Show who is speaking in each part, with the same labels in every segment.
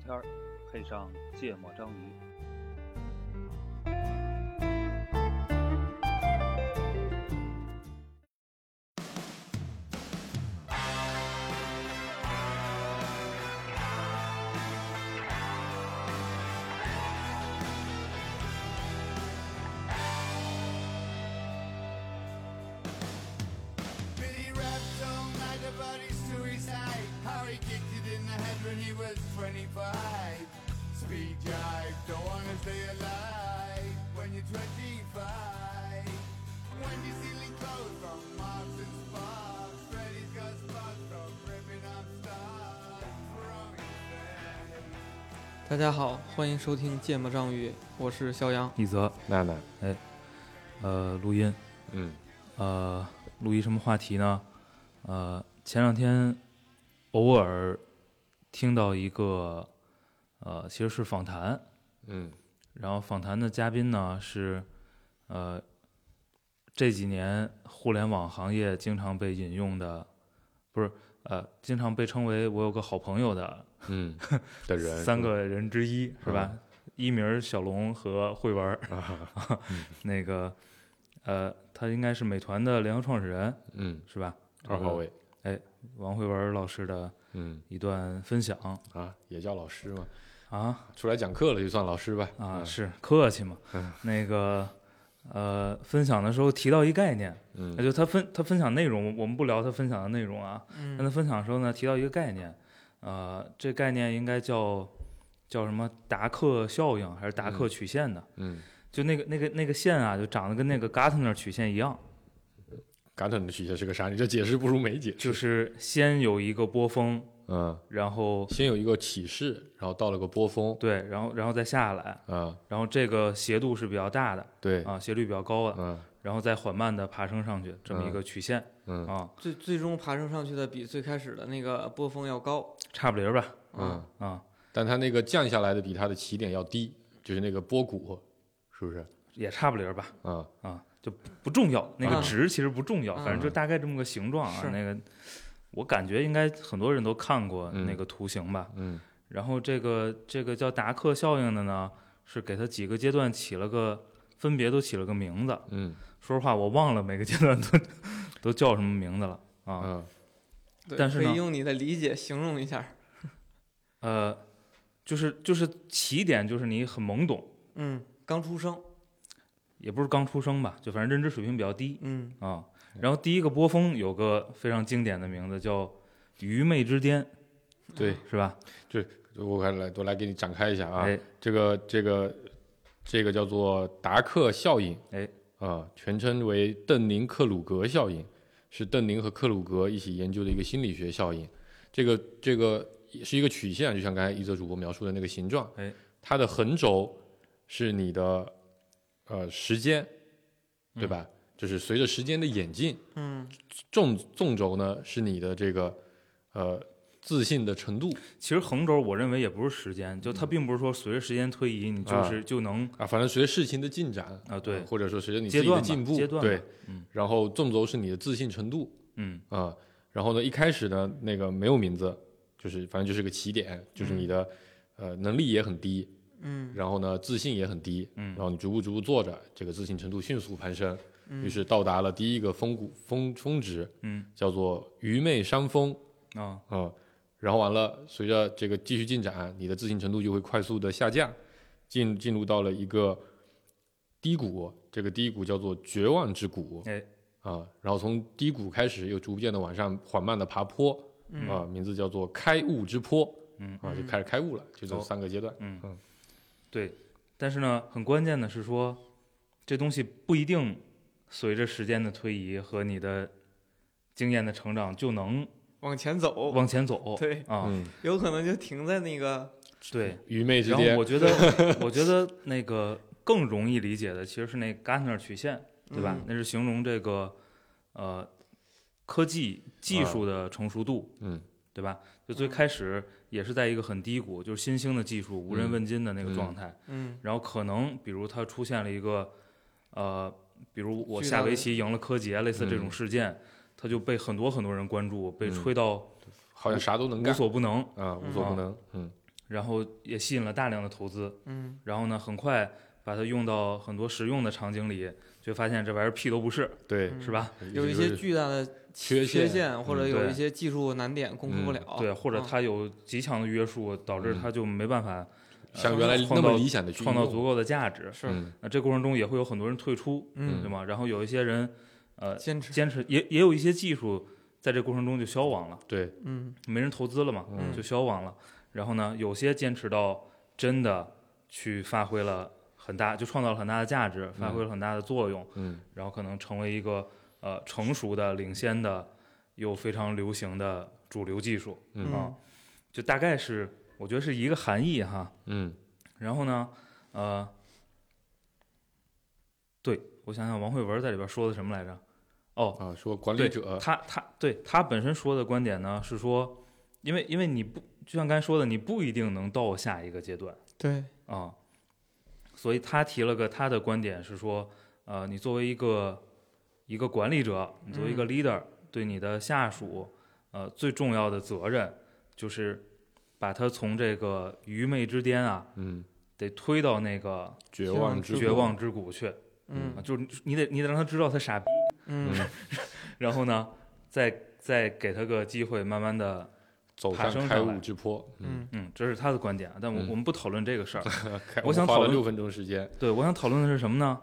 Speaker 1: 片儿，配上芥末章鱼。
Speaker 2: Billy rapped all night about his suicide. How he kicked it in the head when he was 25. Speed jive, don't wanna stay alive when you're 25. When you're stealing clothes from Marks and Sparks, Freddy's got spots from ripping up stars from his bed.
Speaker 3: 大家好，欢迎收听《芥末章鱼》，我是肖阳。
Speaker 4: 一则哎
Speaker 5: 娜娜，
Speaker 4: 呃录音
Speaker 5: 嗯，
Speaker 4: 呃录一什么话题呢？呃，前两天偶尔听到一个呃其实是访谈，
Speaker 5: 嗯，
Speaker 4: 然后访谈的嘉宾呢是呃这几年互联网行业经常被引用的，不是呃经常被称为我有个好朋友的
Speaker 5: 嗯的人嗯
Speaker 4: 三个人之一是吧？一鸣、小龙和慧文儿，
Speaker 5: 啊 嗯
Speaker 4: 那个呃，他应该是美团的联合创始人
Speaker 5: 嗯
Speaker 4: 是吧？
Speaker 5: 二号位，
Speaker 4: 王慧文老师的
Speaker 5: 嗯
Speaker 4: 一段分享
Speaker 5: 啊，也叫老师嘛，
Speaker 4: 啊
Speaker 5: 出来讲课了就算老师吧嗯
Speaker 4: 啊，是客气嘛？那个呃，分享的时候提到一概念，
Speaker 5: 嗯
Speaker 4: 那就他分他分享内容，我们不聊他分享的内容啊。那他
Speaker 3: 嗯，
Speaker 4: 分享的时候呢，提到一个概念，呃，这概念应该叫叫什么达克效应还是达克
Speaker 5: 嗯
Speaker 4: 曲线的？
Speaker 5: 嗯，
Speaker 4: 就那个那个那个线啊，就长得跟那个 Gartner 曲线一样，
Speaker 5: 感统的曲线是个啥？你这解释不如没解释，
Speaker 4: 就是先有一个波峰，
Speaker 5: 嗯，
Speaker 4: 然后
Speaker 5: 先有一个起势，然后到了个波峰，
Speaker 4: 对，然后然后再下来，
Speaker 5: 啊，
Speaker 4: 然后这个斜度是比较大的
Speaker 5: 对，
Speaker 4: 啊，斜率比较高的，
Speaker 5: 嗯
Speaker 4: 然后再缓慢的爬升上去，这么一个曲线
Speaker 5: 嗯
Speaker 4: 啊，
Speaker 3: 最最终爬升上去的比最开始的那个波峰要高。
Speaker 4: 差不离儿吧
Speaker 5: 嗯，
Speaker 4: 啊，
Speaker 5: 但它那个降下来的比它的起点要低，就是那个波谷，是不是？
Speaker 4: 也差不离儿吧
Speaker 5: 啊，
Speaker 4: 啊，就不不重要，那
Speaker 5: 嗯
Speaker 4: 个
Speaker 3: 啊
Speaker 4: 值其实不重要，
Speaker 3: 啊
Speaker 4: 反正就大概这么个形状啊
Speaker 3: 是，
Speaker 4: 那个我感觉应该很多人都看过
Speaker 5: 嗯
Speaker 4: 那个图形吧，
Speaker 5: 嗯
Speaker 4: 然后这个这个叫达克效应的呢，是给它几个阶段起了个分别都起了个名字。
Speaker 5: 嗯
Speaker 4: 说实话，我忘了每个阶段都都叫什么名字了啊。
Speaker 5: 嗯
Speaker 3: 对，
Speaker 4: 但是
Speaker 3: 可
Speaker 4: 呢
Speaker 3: 以用你的理解形容一下。
Speaker 4: 呃，就是就是起点就是你很懵懂，
Speaker 3: 嗯，刚出生。
Speaker 4: 也不是刚出生吧，就反正认知水平比较低
Speaker 3: 嗯
Speaker 4: 啊。然后第一个波峰有个非常经典的名字叫愚昧之巅，
Speaker 5: 对，
Speaker 4: 是吧？
Speaker 5: 我还来我来给你展开一下啊，
Speaker 4: 哎，
Speaker 5: 这个这个这个叫做达克效应，
Speaker 4: 哎，
Speaker 5: 啊、全称为邓宁克鲁格效应，是邓宁和克鲁格一起研究的一个心理学效应。这个这个是一个曲线，就像刚才一则主播描述的那个形状，
Speaker 4: 哎，
Speaker 5: 它的横轴是你的呃时间，对吧？
Speaker 4: 嗯
Speaker 5: 就是随着时间的演进，
Speaker 3: 嗯，
Speaker 5: 纵纵轴呢是你的这个呃自信的程度
Speaker 4: 其实横轴我认为也不是时间，就它并不是说随着时间推移你就是就能
Speaker 5: 嗯啊，反正随着事情的进展
Speaker 4: 啊对
Speaker 5: 或者说随着你
Speaker 4: 阶
Speaker 5: 自己的
Speaker 4: 段吧
Speaker 5: 进步，
Speaker 4: 阶段吧
Speaker 5: 对，
Speaker 4: 嗯
Speaker 5: 然后纵轴是你的自信程度
Speaker 4: 嗯
Speaker 5: 啊、然后呢，一开始呢，那个没有名字，就是反正就是个起点，就是你的、呃能力也很低，
Speaker 3: 嗯，
Speaker 5: 然后呢自信也很低，
Speaker 4: 嗯
Speaker 5: 然后你逐步逐步做着，这个自信程度迅速攀升，于是到达了第一个峰谷峰峰值，
Speaker 4: 嗯
Speaker 5: 叫做愚昧山峰
Speaker 4: 啊
Speaker 5: 啊、然后完了，随着这个继续进展，你的自信程度就会快速的下降，进进入到了一个低谷，这个低谷叫做绝望之谷。
Speaker 4: 哎
Speaker 5: 啊，然后从低谷开始，又逐渐的往上缓慢的爬坡，啊，名字叫做开悟之坡，
Speaker 4: 嗯
Speaker 5: 啊，就开始开悟了，就这
Speaker 4: 哦
Speaker 5: 三个阶段，
Speaker 4: 嗯
Speaker 5: 嗯，
Speaker 4: 对。但是呢，很关键的是说，这东西不一定随着时间的推移和你的经验的成长就能
Speaker 3: 往前走。
Speaker 4: 往前 走。
Speaker 3: 对，
Speaker 4: 啊，
Speaker 5: 嗯，
Speaker 3: 有可能就停在那个。
Speaker 4: 对。
Speaker 5: 愚昧之
Speaker 4: 然后
Speaker 5: 巅
Speaker 4: 我，觉得， 我觉得那个更容易理解的其实是那 Gartner 曲线，对吧？
Speaker 3: 嗯
Speaker 4: 那是形容这个呃科技技术的成熟度，
Speaker 5: 嗯
Speaker 4: 对吧？就
Speaker 3: 嗯
Speaker 4: 最开始也是在一个很低谷，就是新兴的技术无人
Speaker 5: 嗯
Speaker 4: 问津的那个
Speaker 5: 嗯
Speaker 4: 状态。
Speaker 3: 嗯
Speaker 4: 然后可能比如它出现了一个，呃，比如我
Speaker 3: 巨
Speaker 4: 下
Speaker 3: 大的
Speaker 4: 围棋赢了柯洁，类似这种
Speaker 5: 嗯
Speaker 4: 事件，它就被很多很多人关注，被
Speaker 5: 嗯
Speaker 4: 吹到
Speaker 5: 好像啥都能
Speaker 4: 无
Speaker 5: 干，
Speaker 4: 所不能。
Speaker 5: 啊，无所不能，嗯
Speaker 4: 然后也吸引了大量的投资。
Speaker 3: 嗯
Speaker 4: 然后呢，很快把它用到很多实用的场景里，就发现这玩意儿屁都不是，
Speaker 5: 对，
Speaker 3: 嗯
Speaker 4: 是吧？
Speaker 3: 有一些巨大的
Speaker 5: 缺
Speaker 3: 缺
Speaker 5: 陷，
Speaker 3: 陷，或者
Speaker 4: 嗯
Speaker 3: 有
Speaker 4: 对
Speaker 3: 一些技术难点攻克不
Speaker 5: 嗯
Speaker 3: 了，
Speaker 4: 对，或者
Speaker 3: 嗯
Speaker 4: 它有极强的约束，导致
Speaker 5: 嗯
Speaker 4: 它就没办法
Speaker 5: 像原来那
Speaker 4: 创
Speaker 5: 么
Speaker 4: 造
Speaker 5: 理想的去
Speaker 4: 创造
Speaker 5: 应用
Speaker 4: 足够的价值。
Speaker 3: 是
Speaker 5: 嗯
Speaker 4: 那这过程中也会有很多人退出，
Speaker 3: 嗯
Speaker 4: 对吗？然后有一些人，呃，
Speaker 3: 坚持，
Speaker 4: 坚持也也有一些技术在这过程中就消亡了，
Speaker 5: 对，
Speaker 3: 嗯
Speaker 4: 没人投资了嘛，
Speaker 3: 嗯
Speaker 4: 就消亡了。然后呢，有些坚持到真的去发挥了很大，就创造了很大的价值，发挥了很大的作用，
Speaker 5: 嗯
Speaker 4: 然后可能成为一个呃成熟的、领先的又非常流行的主流技术
Speaker 5: 嗯
Speaker 4: 啊，就大概是我觉得是一个含义哈。
Speaker 5: 嗯
Speaker 4: 然后呢，呃，对我想想，王慧文在里边说的什么来着？哦，
Speaker 5: 啊，说管理
Speaker 4: 对
Speaker 5: 者，
Speaker 4: 他他对他本身说的观点呢是说，因为因为你不就像刚才说的，你不一定能到下一个阶段
Speaker 3: 对，
Speaker 4: 啊、所以他提了个他的观点是说，呃，你作为一个一个管理者，你作为一
Speaker 5: 嗯
Speaker 4: 个 leader，、对你的下属，呃，最重要的责任就是把他从这个愚昧之巅啊，
Speaker 5: 嗯，
Speaker 4: 得推到那个
Speaker 5: 绝望之
Speaker 3: 之
Speaker 4: 绝
Speaker 5: 谷
Speaker 4: 望，之谷去，
Speaker 3: 嗯
Speaker 4: 啊就是你得你得让他知道他傻逼，
Speaker 3: 嗯
Speaker 4: 然后呢，再再给他个机会，慢慢的，
Speaker 5: 走
Speaker 4: 爬
Speaker 5: 上
Speaker 4: 升
Speaker 5: 开
Speaker 4: 上来
Speaker 5: 悟之坡，
Speaker 3: 嗯，
Speaker 4: 嗯，这是他的观点啊，但我、
Speaker 5: 嗯
Speaker 4: 我们不讨论这个事儿。
Speaker 5: 开
Speaker 4: 我
Speaker 5: 们
Speaker 4: 想
Speaker 5: 花
Speaker 4: 讨
Speaker 5: 了
Speaker 4: 论
Speaker 5: 六分钟时间，
Speaker 4: 对，我想讨论的是什么呢？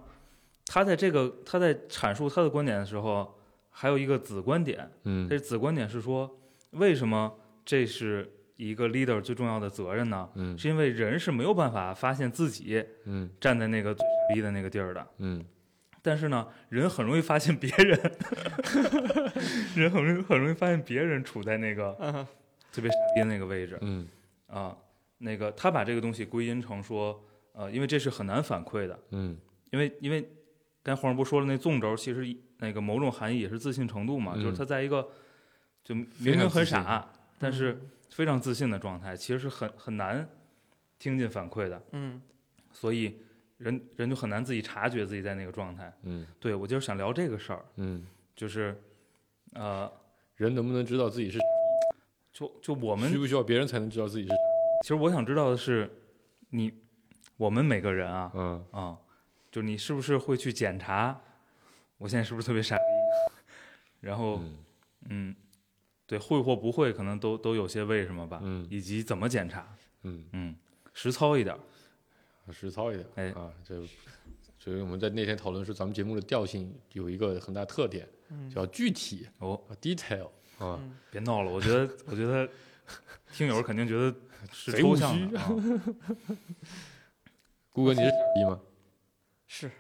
Speaker 4: 他在这个他在阐述他的观点的时候，还有一个子观点，
Speaker 5: 嗯
Speaker 4: 这子观点是说，为什么这是一个 leader 最重要的责任呢？
Speaker 5: 嗯
Speaker 4: 是因为人是没有办法发现自己
Speaker 5: 嗯
Speaker 4: 站在那个最傻逼的那个地儿的，
Speaker 5: 嗯
Speaker 4: 但是呢，人很容易发现别人， 人很容易很容易发现别人处在那个
Speaker 3: 嗯
Speaker 4: 特别傻逼的那个位置
Speaker 5: 嗯
Speaker 4: 啊。那个他把这个东西归因成说，呃，因为这是很难反馈的，
Speaker 5: 嗯
Speaker 4: 因为因为刚才黄世波说的那纵轴，其实一那个某种含义也是自信程度嘛，
Speaker 5: 嗯
Speaker 4: 就是他在一个就明
Speaker 5: 非常
Speaker 4: 明很
Speaker 5: 自信嗯
Speaker 4: 傻，但是非常自信的状态，其实是很很难听进反馈的，
Speaker 3: 嗯
Speaker 4: 所以人人就很难自己察觉自己在那个状态。
Speaker 5: 嗯
Speaker 4: 对我就是想聊这个事儿。
Speaker 5: 嗯，
Speaker 4: 就是，呃，
Speaker 5: 人能不能知道自己是，
Speaker 4: 就就我们
Speaker 5: 需不需要别人才能知道自己是，
Speaker 4: 其实我想知道的是，你我们每个人啊
Speaker 5: 嗯
Speaker 4: 啊、就你是不是会去检查我现在是不是特别傻逼？然后
Speaker 5: 嗯
Speaker 4: 嗯，对，会或不会，可能都都有些为什么吧，
Speaker 5: 嗯
Speaker 4: 以及怎么检查，
Speaker 5: 嗯，
Speaker 4: 嗯，实操一点儿，
Speaker 5: 实操一点，
Speaker 4: 哎
Speaker 5: 啊，这。所以我们在那天讨论说，咱们节目的调性有一个很大特点，叫具体
Speaker 4: 嗯哦，
Speaker 5: 啊 detail 啊，
Speaker 3: 嗯
Speaker 4: 别闹了，我觉得我觉得听友肯定觉得是
Speaker 5: 贼
Speaker 4: 抽
Speaker 5: 务
Speaker 4: 象
Speaker 5: 虚
Speaker 4: 的，啊
Speaker 5: 顾哥你是傻逼吗？
Speaker 3: 是，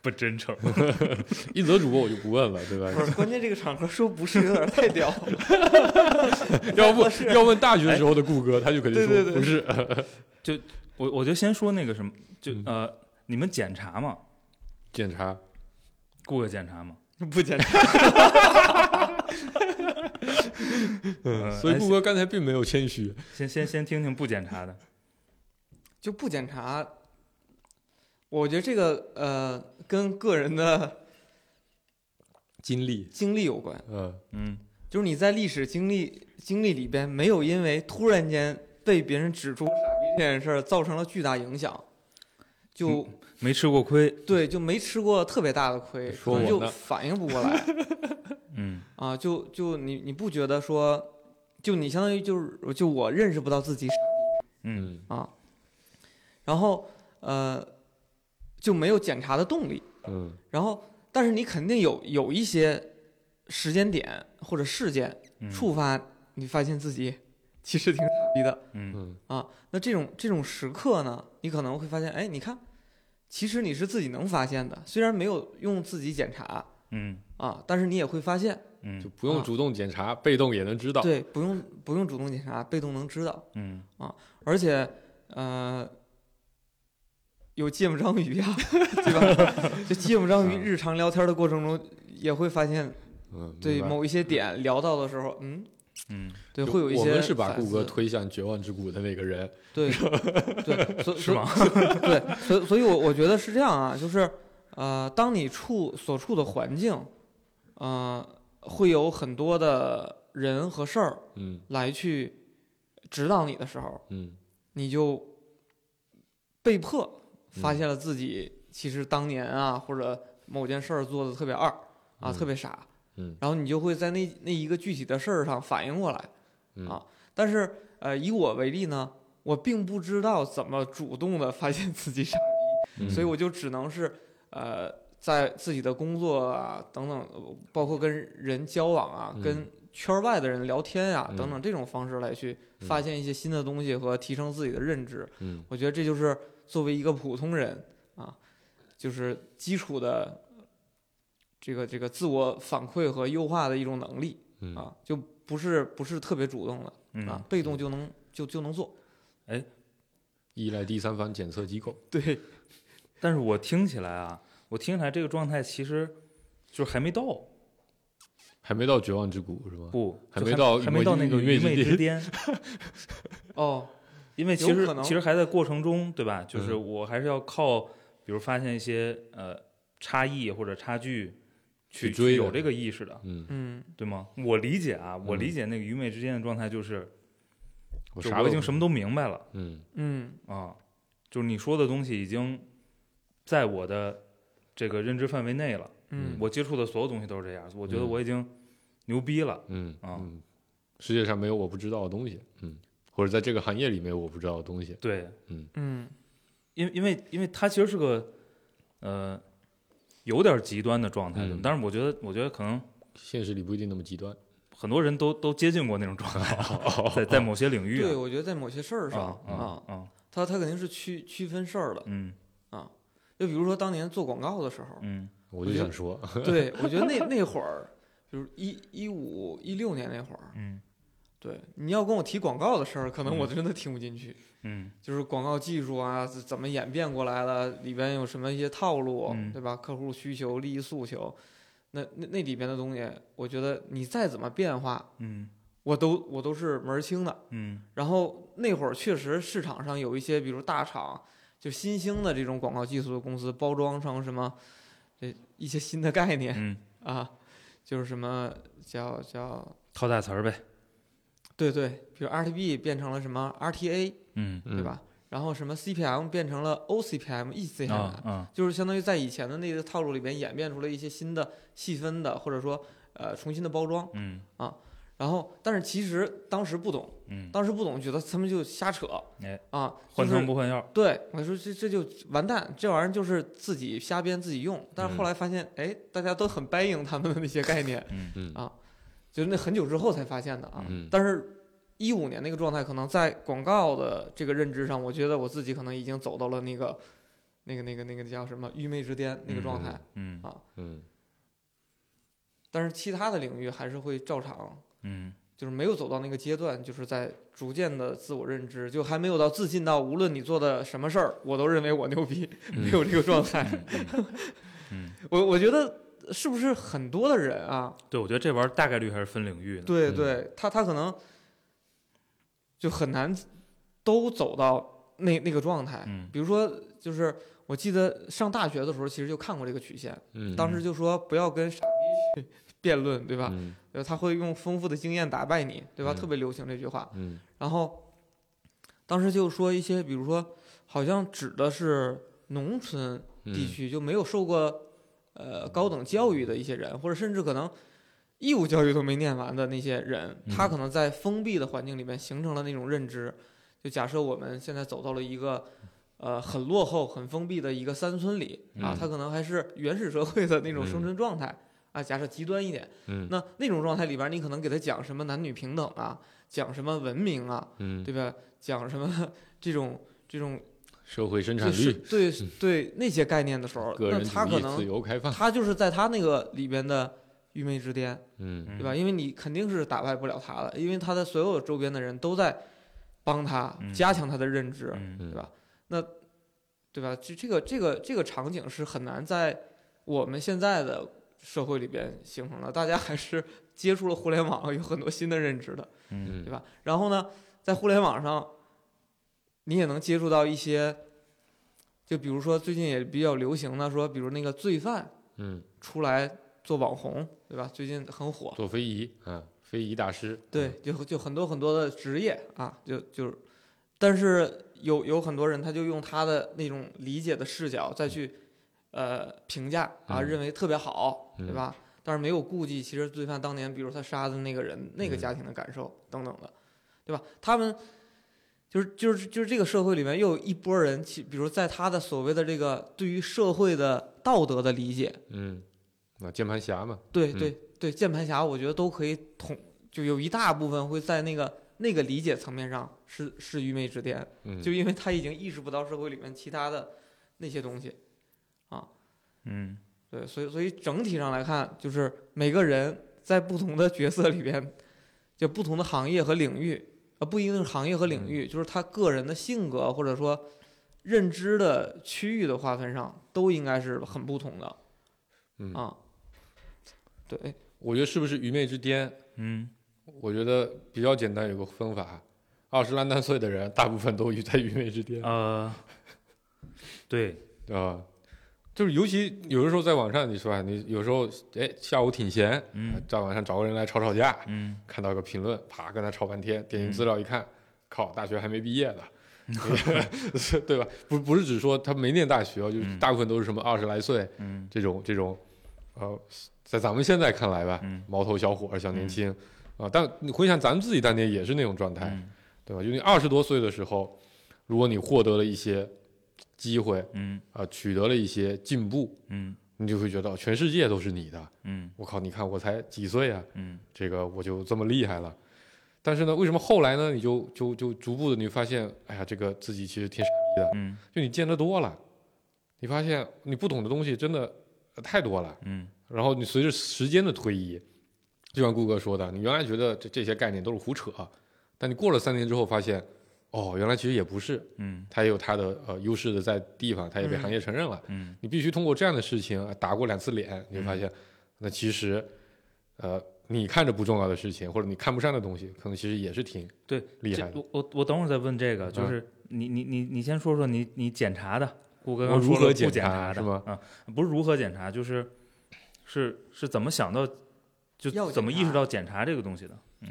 Speaker 4: 不真诚。
Speaker 5: 一则主播我就不问了，对吧？
Speaker 3: 不是关键这个场合说不是有点太屌了，
Speaker 5: 要
Speaker 3: 合
Speaker 5: 问
Speaker 3: 适
Speaker 5: 要问大
Speaker 4: 哎
Speaker 5: 学时候的顾哥，他就肯定
Speaker 3: 对对对
Speaker 5: 说不是。
Speaker 4: 我我就先说那个什么，就
Speaker 5: 嗯
Speaker 4: 呃，你们检查吗？
Speaker 5: 检查
Speaker 4: 雇个检查吗？
Speaker 3: 不简单，
Speaker 4: 嗯
Speaker 5: 所以
Speaker 4: 哎
Speaker 5: 顾哥刚才并没有谦虚，
Speaker 4: 先先先听听不检查的，
Speaker 3: 就不检查。我觉得这个呃跟个人的
Speaker 5: 经历，
Speaker 3: 经历有关，
Speaker 5: 嗯
Speaker 4: 嗯，
Speaker 3: 就是你在历史经历经历里边，没有因为突然间被别人指出傻逼这件事儿造成了巨大影响，就
Speaker 5: 嗯
Speaker 4: 没吃过亏，
Speaker 3: 对，就没吃过特别大的亏，
Speaker 5: 说
Speaker 3: 可能
Speaker 5: 我
Speaker 3: 就
Speaker 5: 呢
Speaker 3: 反应不过来。
Speaker 4: 嗯
Speaker 3: 啊，就就你你不觉得说，就你相当于就是就我认识不到自己，
Speaker 4: 嗯
Speaker 3: 啊，然后呃就没有检查的动力，
Speaker 5: 嗯
Speaker 3: 然后但是你肯定有有一些时间点或者事件
Speaker 4: 嗯
Speaker 3: 触发你发现自己其实挺傻逼的
Speaker 4: 嗯
Speaker 5: 嗯
Speaker 3: 啊，那这种这种时刻呢，你可能会发现，哎，你看，其实你是自己能发现的，虽然没有用自己检查
Speaker 4: 嗯
Speaker 3: 啊，但是你也会发现。
Speaker 4: 嗯
Speaker 5: 就不用主动检查，被动也能知道。
Speaker 3: 嗯对，不用不用主动检查，被动能知道。
Speaker 4: 嗯
Speaker 3: 而且，呃，有芥末章鱼呀、对吧？就芥末章鱼
Speaker 5: 嗯
Speaker 3: 日常聊天的过程中，也会发现
Speaker 5: 嗯，
Speaker 3: 对
Speaker 5: 明白
Speaker 3: 某一些点聊到的时候，嗯，
Speaker 4: 嗯
Speaker 3: 对，
Speaker 5: 就
Speaker 3: 会有一些
Speaker 5: 我们是把
Speaker 3: 反
Speaker 5: 顾哥
Speaker 3: 思
Speaker 5: 推向绝望之谷的那个人。
Speaker 3: 对对，所
Speaker 4: 是
Speaker 3: 所以
Speaker 4: 吗？
Speaker 3: 对，所以所以我我觉得是这样啊，就是呃，当你处所处的环境，呃，会有很多的人和事儿
Speaker 5: 嗯
Speaker 3: 来去指导你的时候，
Speaker 5: 嗯
Speaker 3: 你就被迫发
Speaker 5: 嗯
Speaker 3: 现了自己其实当年啊或者某件事儿做的特别二啊，
Speaker 5: 嗯
Speaker 3: 特别傻，
Speaker 5: 嗯
Speaker 3: 然后你就会在那那一个具体的事儿上反应过来。
Speaker 5: 嗯
Speaker 3: 啊但是呃，以我为例呢，我并不知道怎么主动的发现自己傻逼，
Speaker 5: 嗯
Speaker 3: 所以我就只能是呃，在自己的工作啊等等，呃包括跟人交往啊，
Speaker 5: 嗯
Speaker 3: 跟圈外的人聊天啊、
Speaker 5: 嗯
Speaker 3: 等等这种方式来去发现一些新的东西和提升自己的认知。
Speaker 5: 嗯
Speaker 3: 我觉得这就是作为一个普通人啊，就是基础的这个这个自我反馈和优化的一种能力
Speaker 5: 嗯
Speaker 3: 啊，就不是不是特别主动的。
Speaker 4: 嗯
Speaker 3: 啊，被动就能就就能做。
Speaker 5: 依赖第三方检测机构。
Speaker 3: 对，
Speaker 4: 但是我听起来啊，我听起来这个状态其实就是还没到，
Speaker 5: 还没到绝望之谷是吧？
Speaker 4: 不，
Speaker 5: 还
Speaker 4: 就
Speaker 5: 没到
Speaker 4: 还没到那个
Speaker 5: 愚昧
Speaker 4: 愚
Speaker 5: 之
Speaker 4: 昧之
Speaker 5: 巅
Speaker 4: 巅，
Speaker 3: 哦，
Speaker 4: 因为
Speaker 3: 有
Speaker 4: 其实
Speaker 3: 可能
Speaker 4: 其实还在过程中，对吧？就是
Speaker 5: 嗯
Speaker 4: 我还是要靠，比如发现一些呃差异或者差距，去
Speaker 5: 去追
Speaker 4: 去
Speaker 5: 的
Speaker 4: 有这个意识的，
Speaker 5: 嗯，
Speaker 3: 嗯，
Speaker 4: 对吗？我理解啊，我
Speaker 5: 嗯
Speaker 4: 理解那个愚昧之间的状态就是，
Speaker 5: 我
Speaker 4: 就
Speaker 5: 啥
Speaker 4: 我
Speaker 5: 都
Speaker 4: 已经什么
Speaker 5: 都
Speaker 4: 都明白了
Speaker 5: 嗯
Speaker 3: 嗯，
Speaker 4: 啊，就是你说的东西已经在我的这个认知范围内了，
Speaker 3: 嗯，
Speaker 4: 我接触的所有东西都是这样，我觉得
Speaker 5: 嗯
Speaker 4: 我已经牛逼了，
Speaker 5: 嗯
Speaker 4: 啊
Speaker 5: 嗯，世界上没有我不知道的东西，嗯，或者在这个行业里面我不知道的东西，
Speaker 4: 对，
Speaker 3: 嗯，
Speaker 4: 因因为因为他其实是个呃有点极端的状态，
Speaker 5: 嗯
Speaker 4: 但是我觉得我觉得可能
Speaker 5: 现实里不一定那么极端。
Speaker 4: 很多人都都接近过那种 状态，在在某些领域
Speaker 3: 对，
Speaker 4: 啊、
Speaker 3: 我觉得在某些事儿上
Speaker 4: 啊啊啊
Speaker 3: 它它肯定是区区分事儿的。
Speaker 4: 嗯
Speaker 3: 就比如说当年做广告的时 候，
Speaker 4: 嗯
Speaker 5: 我就想说，
Speaker 3: 对我觉得那那会儿，比如一一五一六年那会儿，
Speaker 4: 嗯
Speaker 3: 对，你要跟我提广告的事儿，可能我
Speaker 4: 嗯
Speaker 3: 真的听不进去。
Speaker 4: 嗯
Speaker 3: 就是广告技术啊，怎怎么演变过来了，里边有什么一些套路，
Speaker 4: 嗯
Speaker 3: 对吧？客户需求、利益诉求，那那那里边的东西，我觉得你再怎么变化，
Speaker 4: 嗯
Speaker 3: 我都我都是门儿清的。
Speaker 4: 嗯
Speaker 3: 然后那会儿确实市场上有一些，比如大厂就新兴的这种广告技术的公司，包装成什么这一些新的概念
Speaker 4: 嗯，
Speaker 3: 啊，就是什么叫叫
Speaker 4: 套大词儿呗，
Speaker 3: 对对，比如 RTB 变成了什么 RTA
Speaker 4: 嗯
Speaker 5: 嗯
Speaker 3: 对？吧？然后什么 CPM 变成了 OCPM、ECM，、
Speaker 4: 啊啊
Speaker 3: 就是相当于在以前的那个套路里边演变出了一些新的细分的，或者说呃重新的包装。
Speaker 4: 嗯
Speaker 3: 然后，但是其实当时不懂，
Speaker 4: 嗯，
Speaker 3: 当时不懂，觉得他们就瞎扯，
Speaker 4: 哎
Speaker 3: 啊，
Speaker 4: 换
Speaker 3: 就是
Speaker 4: 汤不换药，
Speaker 3: 对，我说这这就完蛋，这玩意儿就是自己瞎编自己用。但是后
Speaker 5: 嗯
Speaker 3: 来发现，哎，大家都很掰硬他们的那些概念，
Speaker 4: 嗯
Speaker 5: 嗯
Speaker 3: 啊就是那很久之后才发现的啊。
Speaker 5: 嗯
Speaker 3: 但是，一五年那个状态，可能在广告的这个认知上，我觉得我自己可能已经走到了那个、那个、那个、那个叫什么愚昧之巅那个状态。
Speaker 4: 嗯
Speaker 5: 嗯
Speaker 3: 但是其他的领域还是会照常，
Speaker 4: 嗯
Speaker 3: 就是没有走到那个阶段，就是在逐渐的自我认知，就还没有到自信到无论你做的什么事儿，我都认为我牛逼，没有这个状态。
Speaker 4: 嗯嗯嗯，
Speaker 3: 我我觉得是不是很多的人啊？
Speaker 4: 对，我觉得这玩意儿大概率还是分领域的，
Speaker 3: 对
Speaker 5: 嗯
Speaker 3: 对，他他可能就很难都走到那那个状态。
Speaker 4: 嗯
Speaker 3: 比如说，就是我记得上大学的时候，其实就看过这个曲线，
Speaker 5: 嗯，
Speaker 3: 当时就说不要跟傻逼去辩论，对吧？
Speaker 5: 嗯
Speaker 3: 呃，他会用丰富的经验打败你，对吧？
Speaker 5: 嗯
Speaker 3: 特别流行这句话。
Speaker 5: 嗯
Speaker 3: 然后当时就说一些，比如说，好像指的是农村
Speaker 5: 嗯
Speaker 3: 地区就没有受过呃高等教育的一些人，或者甚至可能义务教育都没念完的那些人，他
Speaker 5: 嗯
Speaker 3: 可能在封闭的环境里面形成了那种认知。就假设我们现在走到了一个呃很落后、很封闭的一个山村里啊
Speaker 5: 嗯，
Speaker 3: 他可能还是原始社会的那种生
Speaker 5: 嗯
Speaker 3: 存状态。啊，假设极端一点，
Speaker 5: 嗯
Speaker 3: 那那种状态里边，你可能给他讲什么男女平等啊，讲什么文明啊，
Speaker 5: 嗯
Speaker 3: 对吧？讲什么 这种这种
Speaker 5: 社会生产
Speaker 3: 就是
Speaker 5: 率、
Speaker 3: 对对那些概念的时候，
Speaker 5: 个
Speaker 3: 那
Speaker 5: 人
Speaker 3: 他
Speaker 5: 主
Speaker 3: 可
Speaker 5: 义、自
Speaker 3: 能
Speaker 5: 由开放，
Speaker 3: 他就是在他那个里边的愚昧之巅，
Speaker 5: 嗯
Speaker 3: 对吧？因为你肯定是打败不了他的，因为他的所有周边的人都在帮他
Speaker 4: 嗯
Speaker 3: 加强他的认知，
Speaker 4: 嗯
Speaker 5: 嗯
Speaker 3: 对吧对吧？这这个这个这个场景是很难在我们现在的社会里边形成的，大家还是接触了互联网，有很多新的认知的。
Speaker 4: 嗯
Speaker 5: 嗯
Speaker 3: 对吧？然后呢，在互联网上，你也能接触到一些，就比如说最近也比较流行的说，比如那个罪犯
Speaker 5: 嗯，
Speaker 3: 出来做网红，对吧？最近很火，
Speaker 5: 做非遗啊，非遗大师。
Speaker 3: 对，就就很多很多的职业啊，就就是，但是有有很多人他就用他的那种理解的视角再去呃评价啊，
Speaker 5: 嗯
Speaker 3: 认为特别好，对
Speaker 5: 嗯
Speaker 3: 吧？但是没有顾忌，其实罪犯当年，比如他杀的那个人，那个
Speaker 5: 嗯
Speaker 3: 家庭的感受等等的，对吧？他们就是就是就是这个社会里面又有一波人，其比如在他的所谓的这个对于社会的道德的理解，
Speaker 5: 嗯，那键盘侠嘛，
Speaker 3: 对
Speaker 5: 嗯
Speaker 3: 对对，键盘侠我觉得都可以统，就有一大部分会在那个那个理解层面上是是愚昧之巅，
Speaker 5: 嗯，
Speaker 3: 就因为他已经意识不到社会里面其他的那些东西。
Speaker 4: 嗯，
Speaker 3: 对，所以所以整体上来看，就是每个人在不同的角色里边，就不同的行业和领域，啊，不一定是行业和领
Speaker 5: 嗯
Speaker 3: 域，就是他个人的性格或者说认知的区域的划分上，都应该是很不同的。
Speaker 5: 嗯
Speaker 3: 啊，对，
Speaker 5: 我觉得是不是愚昧之巅？
Speaker 4: 嗯，
Speaker 5: 我觉得比较简单，有个分法，二十烂蛋岁的人，大部分都于在愚昧之巅啊、
Speaker 4: 呃，对，
Speaker 5: 就是尤其有的时候在网上，你说啊，你有时候哎下午挺闲，
Speaker 4: 嗯
Speaker 5: 在网上找个人来吵吵架，
Speaker 4: 嗯，
Speaker 5: 看到一个评论，啪跟他吵半天，点进资料一看，靠，大学还没毕业 呢。是对吧？不不是只说他没念大学哦，就是
Speaker 4: 嗯
Speaker 5: 大部分都是什么二十来岁
Speaker 4: 嗯
Speaker 5: 这种这种，呃，在咱们现在看来吧，
Speaker 4: 嗯
Speaker 5: 毛头小伙儿、小年轻啊。但你回想咱们自己当年也是那种状态，
Speaker 4: 嗯
Speaker 5: 对吧？就你二十多岁的时候，如果你获得了一些机会
Speaker 4: 嗯
Speaker 5: 啊，取得了一些进步，
Speaker 4: 嗯
Speaker 5: 你就会觉得哦全世界都是你的。
Speaker 4: 嗯
Speaker 5: 我靠，你看我才几岁啊，
Speaker 4: 嗯
Speaker 5: 这个我就这么厉害了。但是呢，为什么后来呢？你就就就逐步的，你就发现，哎呀，这个自己其实挺傻逼的，
Speaker 4: 嗯
Speaker 5: 就你见得多了，你发现你不懂的东西真的呃太多了。
Speaker 4: 嗯
Speaker 5: 然后你随着时间的推移，就像顾哥说的，你原来觉得这这些概念都是胡扯，但你过了三年之后发现，哦，原来其实也不是，
Speaker 4: 嗯
Speaker 5: 它也有它的呃优势的在地方，它也被
Speaker 3: 嗯
Speaker 5: 行业承认了。
Speaker 4: 嗯
Speaker 5: 你必须通过这样的事情呃打过两次脸，你会发现，那其实，呃，你看着不重要的事情，或者你看不上的东西，可能其实也是挺
Speaker 4: 对
Speaker 5: 厉
Speaker 4: 这
Speaker 5: 害的。
Speaker 4: 我我我等会儿再问这个，就
Speaker 5: 嗯
Speaker 4: 是你你你你先说说你你检查的，顾哥刚
Speaker 5: 哦我如
Speaker 4: 说了
Speaker 5: 何
Speaker 4: 不
Speaker 5: 检
Speaker 4: 检
Speaker 5: 查
Speaker 4: 查的
Speaker 5: 是吗？
Speaker 4: 啊，不是如何检查，就是是是怎么想到，就
Speaker 3: 要
Speaker 4: 怎么
Speaker 3: 检
Speaker 4: 意识
Speaker 3: 查
Speaker 4: 到检查这个东西的？嗯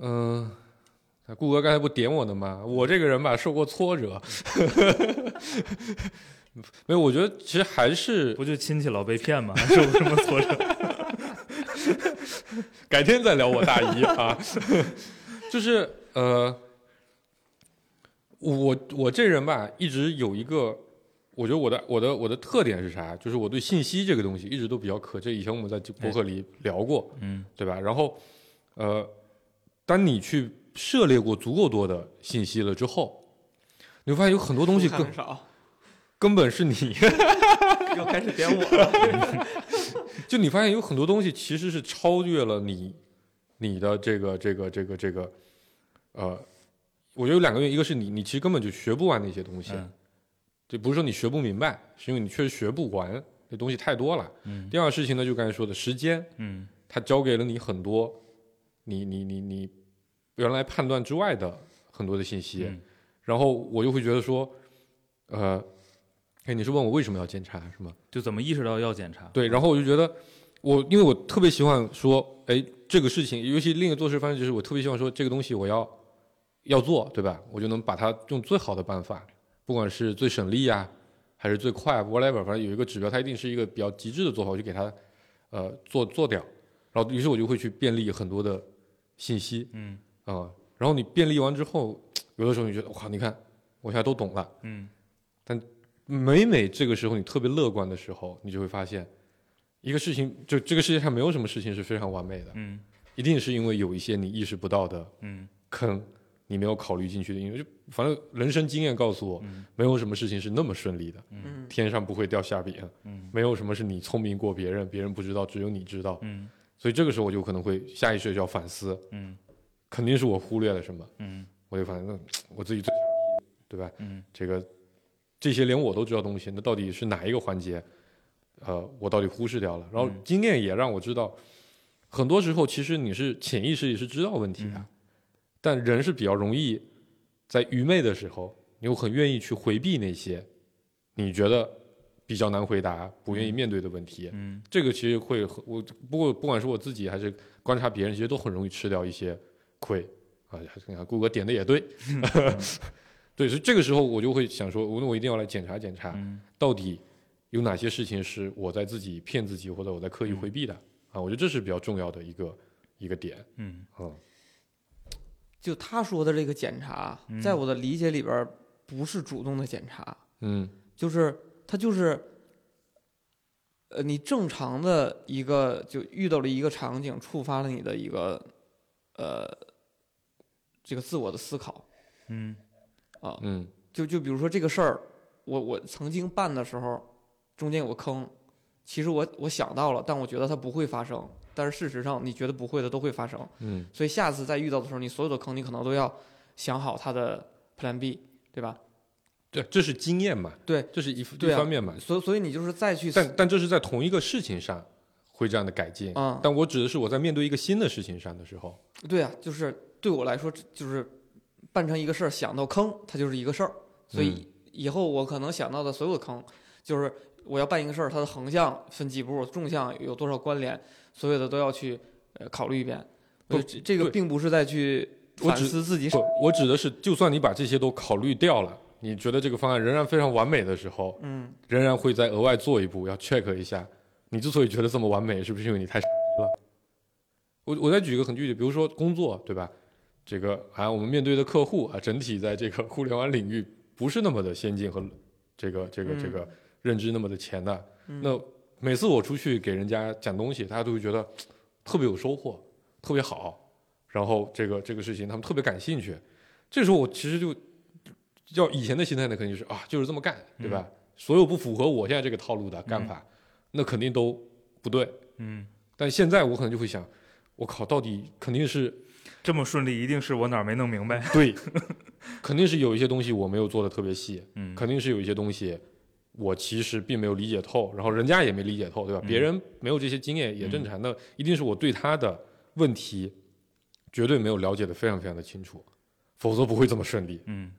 Speaker 5: 嗯、顾哥刚才不点我呢吗？我这个人吧，受过挫 折， 没有，我觉得其实还是
Speaker 4: 不就亲戚老被骗吗？还 受过什么挫折？
Speaker 5: 改天再聊我大姨啊， 就是呃，我我这人吧，一直有一个，我觉得我的我的我的特点是啥？就是我对信息这个东西一直都比较渴，这以前我们在博客里聊过，
Speaker 4: 嗯
Speaker 5: 对吧？然后呃，当你去涉猎过足够多的信息了之后，你会发现有很多东西
Speaker 3: 书看
Speaker 5: 根
Speaker 3: 得少，
Speaker 5: 根本是你
Speaker 3: 又开始点我了。
Speaker 5: 就你发现有很多东西其实是超越了你你的这个这个这个这个，呃，我觉得有两个原因，一个是你你其实根本就学不完那些东西，
Speaker 4: 嗯
Speaker 5: 这不是说你学不明白，是因为你确实学不完，这东西太多了。
Speaker 4: 嗯
Speaker 5: 第二个事情呢，就刚才说的时间，
Speaker 4: 嗯
Speaker 5: 它教给了你很多你你你你原来判断之外的很多的信息，
Speaker 4: 嗯
Speaker 5: 然后我就会觉得说，呃，哎，你是问我为什么要检查是吗？
Speaker 4: 就怎么意识到要检查？
Speaker 5: 对，然后我就觉得我，因为我特别喜欢说，哎，这个事情，尤其另一个做事方式就是，我特别喜欢说这个东西我要要做，对吧？我就能把它用最好的办法，不管是最省力啊，还是最快啊，whatever，反正有一个指标，它一定是一个比较极致的做法，我就给它呃做做掉。然后，于是我就会去便利很多的信息
Speaker 4: 嗯
Speaker 5: 啊、然后你便利完之后，有的时候你觉得哇，你看我现在都懂了。
Speaker 4: 嗯
Speaker 5: 每每这个时候你特别乐观的时候，你就会发现，一个事情就这个世界上没有什么事情是非常完美的，
Speaker 4: 嗯
Speaker 5: 一定是因为有一些你意识不到的
Speaker 4: 嗯
Speaker 5: 坑，你没有考虑进去的因为就反正人生经验告诉我，
Speaker 4: 嗯
Speaker 5: 没有什么事情是那么顺利的，
Speaker 3: 嗯，
Speaker 5: 天上不会掉馅饼，
Speaker 4: 嗯
Speaker 5: 没有什么是你聪明过别人，别人不知道，只有你知道。
Speaker 4: 嗯
Speaker 5: 所以这个时候我就可能会下意识地就要反思，
Speaker 4: 嗯
Speaker 5: 肯定是我忽略了什么，
Speaker 4: 嗯
Speaker 5: 我就反正嗯我自己最，对吧？
Speaker 4: 嗯
Speaker 5: 这个这些连我都知道的东西，那到底是哪一个环节？呃，我到底忽视掉了。然后
Speaker 4: 嗯
Speaker 5: 经验也让我知道，很多时候其实你是潜意识里是知道问题的，
Speaker 4: 嗯
Speaker 5: 但人是比较容易在愚昧的时候，你又很愿意去回避那些你觉得比较难回答、不愿意面对的问题。
Speaker 4: 嗯
Speaker 5: 这个其实会很我不过不管是我自己还是观察别人，其实都很容易吃掉一些亏啊。你看顾哥点的 也对，对，所以这个时候我就会想说，我那我一定要来检查检查，
Speaker 4: 嗯
Speaker 5: 到底有哪些事情是我在自己骗自己，或者我在刻意回避的、
Speaker 3: 嗯
Speaker 5: 啊？我觉得这是比较重要的一个一个点。
Speaker 4: 嗯
Speaker 5: 嗯，
Speaker 3: 就他说的这个检查，
Speaker 4: 嗯
Speaker 3: 在我的理解里边儿不是主动的检查，
Speaker 5: 嗯
Speaker 3: 就是他就是，呃，你正常的一个就遇到了一个场景，触发了你的一个呃这个自我的思考。
Speaker 4: 嗯
Speaker 5: 嗯
Speaker 3: 就就比如说这个事儿，我我曾经办的时候，中间有个坑，其实我我想到了，但我觉得它不会发生，但是事实上你觉得不会的都会发生。
Speaker 5: 嗯
Speaker 3: 所以下次再遇到的时候，你所有的坑你可能都要想好它的 Plan B，对吧？
Speaker 5: 对，这是经验嘛，
Speaker 3: 对，
Speaker 5: 这是一
Speaker 3: 对
Speaker 5: 一
Speaker 3: 啊
Speaker 5: 方面嘛。
Speaker 3: 所所以你就是再去
Speaker 5: 嗯但但这是在同一个事情上会这样的改进。
Speaker 3: 啊、
Speaker 5: 但我指的是我在面对一个新的事情上的时候，
Speaker 3: 对啊，就是对我来说，这就是办成一个事儿，想到坑，它就是一个事儿。所以
Speaker 5: 嗯
Speaker 3: 以后我可能想到的所有的坑，就是我要办一个事儿，它的横向分几步，纵向有多少关联，所有的都要去呃考虑一遍。
Speaker 5: 不
Speaker 3: 呃这这个
Speaker 5: 对
Speaker 3: 并不是在去
Speaker 5: 我
Speaker 3: 反
Speaker 5: 只
Speaker 3: 思自己，
Speaker 5: 不，我指的是，就算你把这些都考虑掉了，你觉得这个方案仍然非常完美的时候，
Speaker 3: 嗯，
Speaker 5: 仍然会再额外做一步，要 check 一下，你之所以觉得这么完美，是不是因为你太了？我我再举一个很具体，比如说工作，对吧？这个啊，我们面对的客户啊，整体在这个互联网领域不是那么的先进和这个这个
Speaker 3: 嗯
Speaker 5: 这个认知那么的前的。
Speaker 3: 嗯
Speaker 5: 那每次我出去给人家讲东西，大家都会觉得特别有收获，特别好，然后这个这个事情他们特别感兴趣。这时候我其实就要以前的心态呢，肯定是啊，就是这么干，对吧？所有不符合我现在这个套路的干法，那肯定都不对。
Speaker 4: 嗯，
Speaker 5: 但现在我可能就会想，我靠，到底肯定是
Speaker 4: 这么顺利，一定是我哪儿没弄明白。
Speaker 5: 对， 肯定是有一些东西我没有做的特别细，
Speaker 4: 嗯，
Speaker 5: 肯定是有一些东西我其实并没有理解透，然后人家也没理解透，对吧？
Speaker 4: 嗯
Speaker 5: 别人没有这些经验也正常，那一定是我对他的问题绝对没有了解的非常非常的清楚，否则不会这么顺利。
Speaker 4: 嗯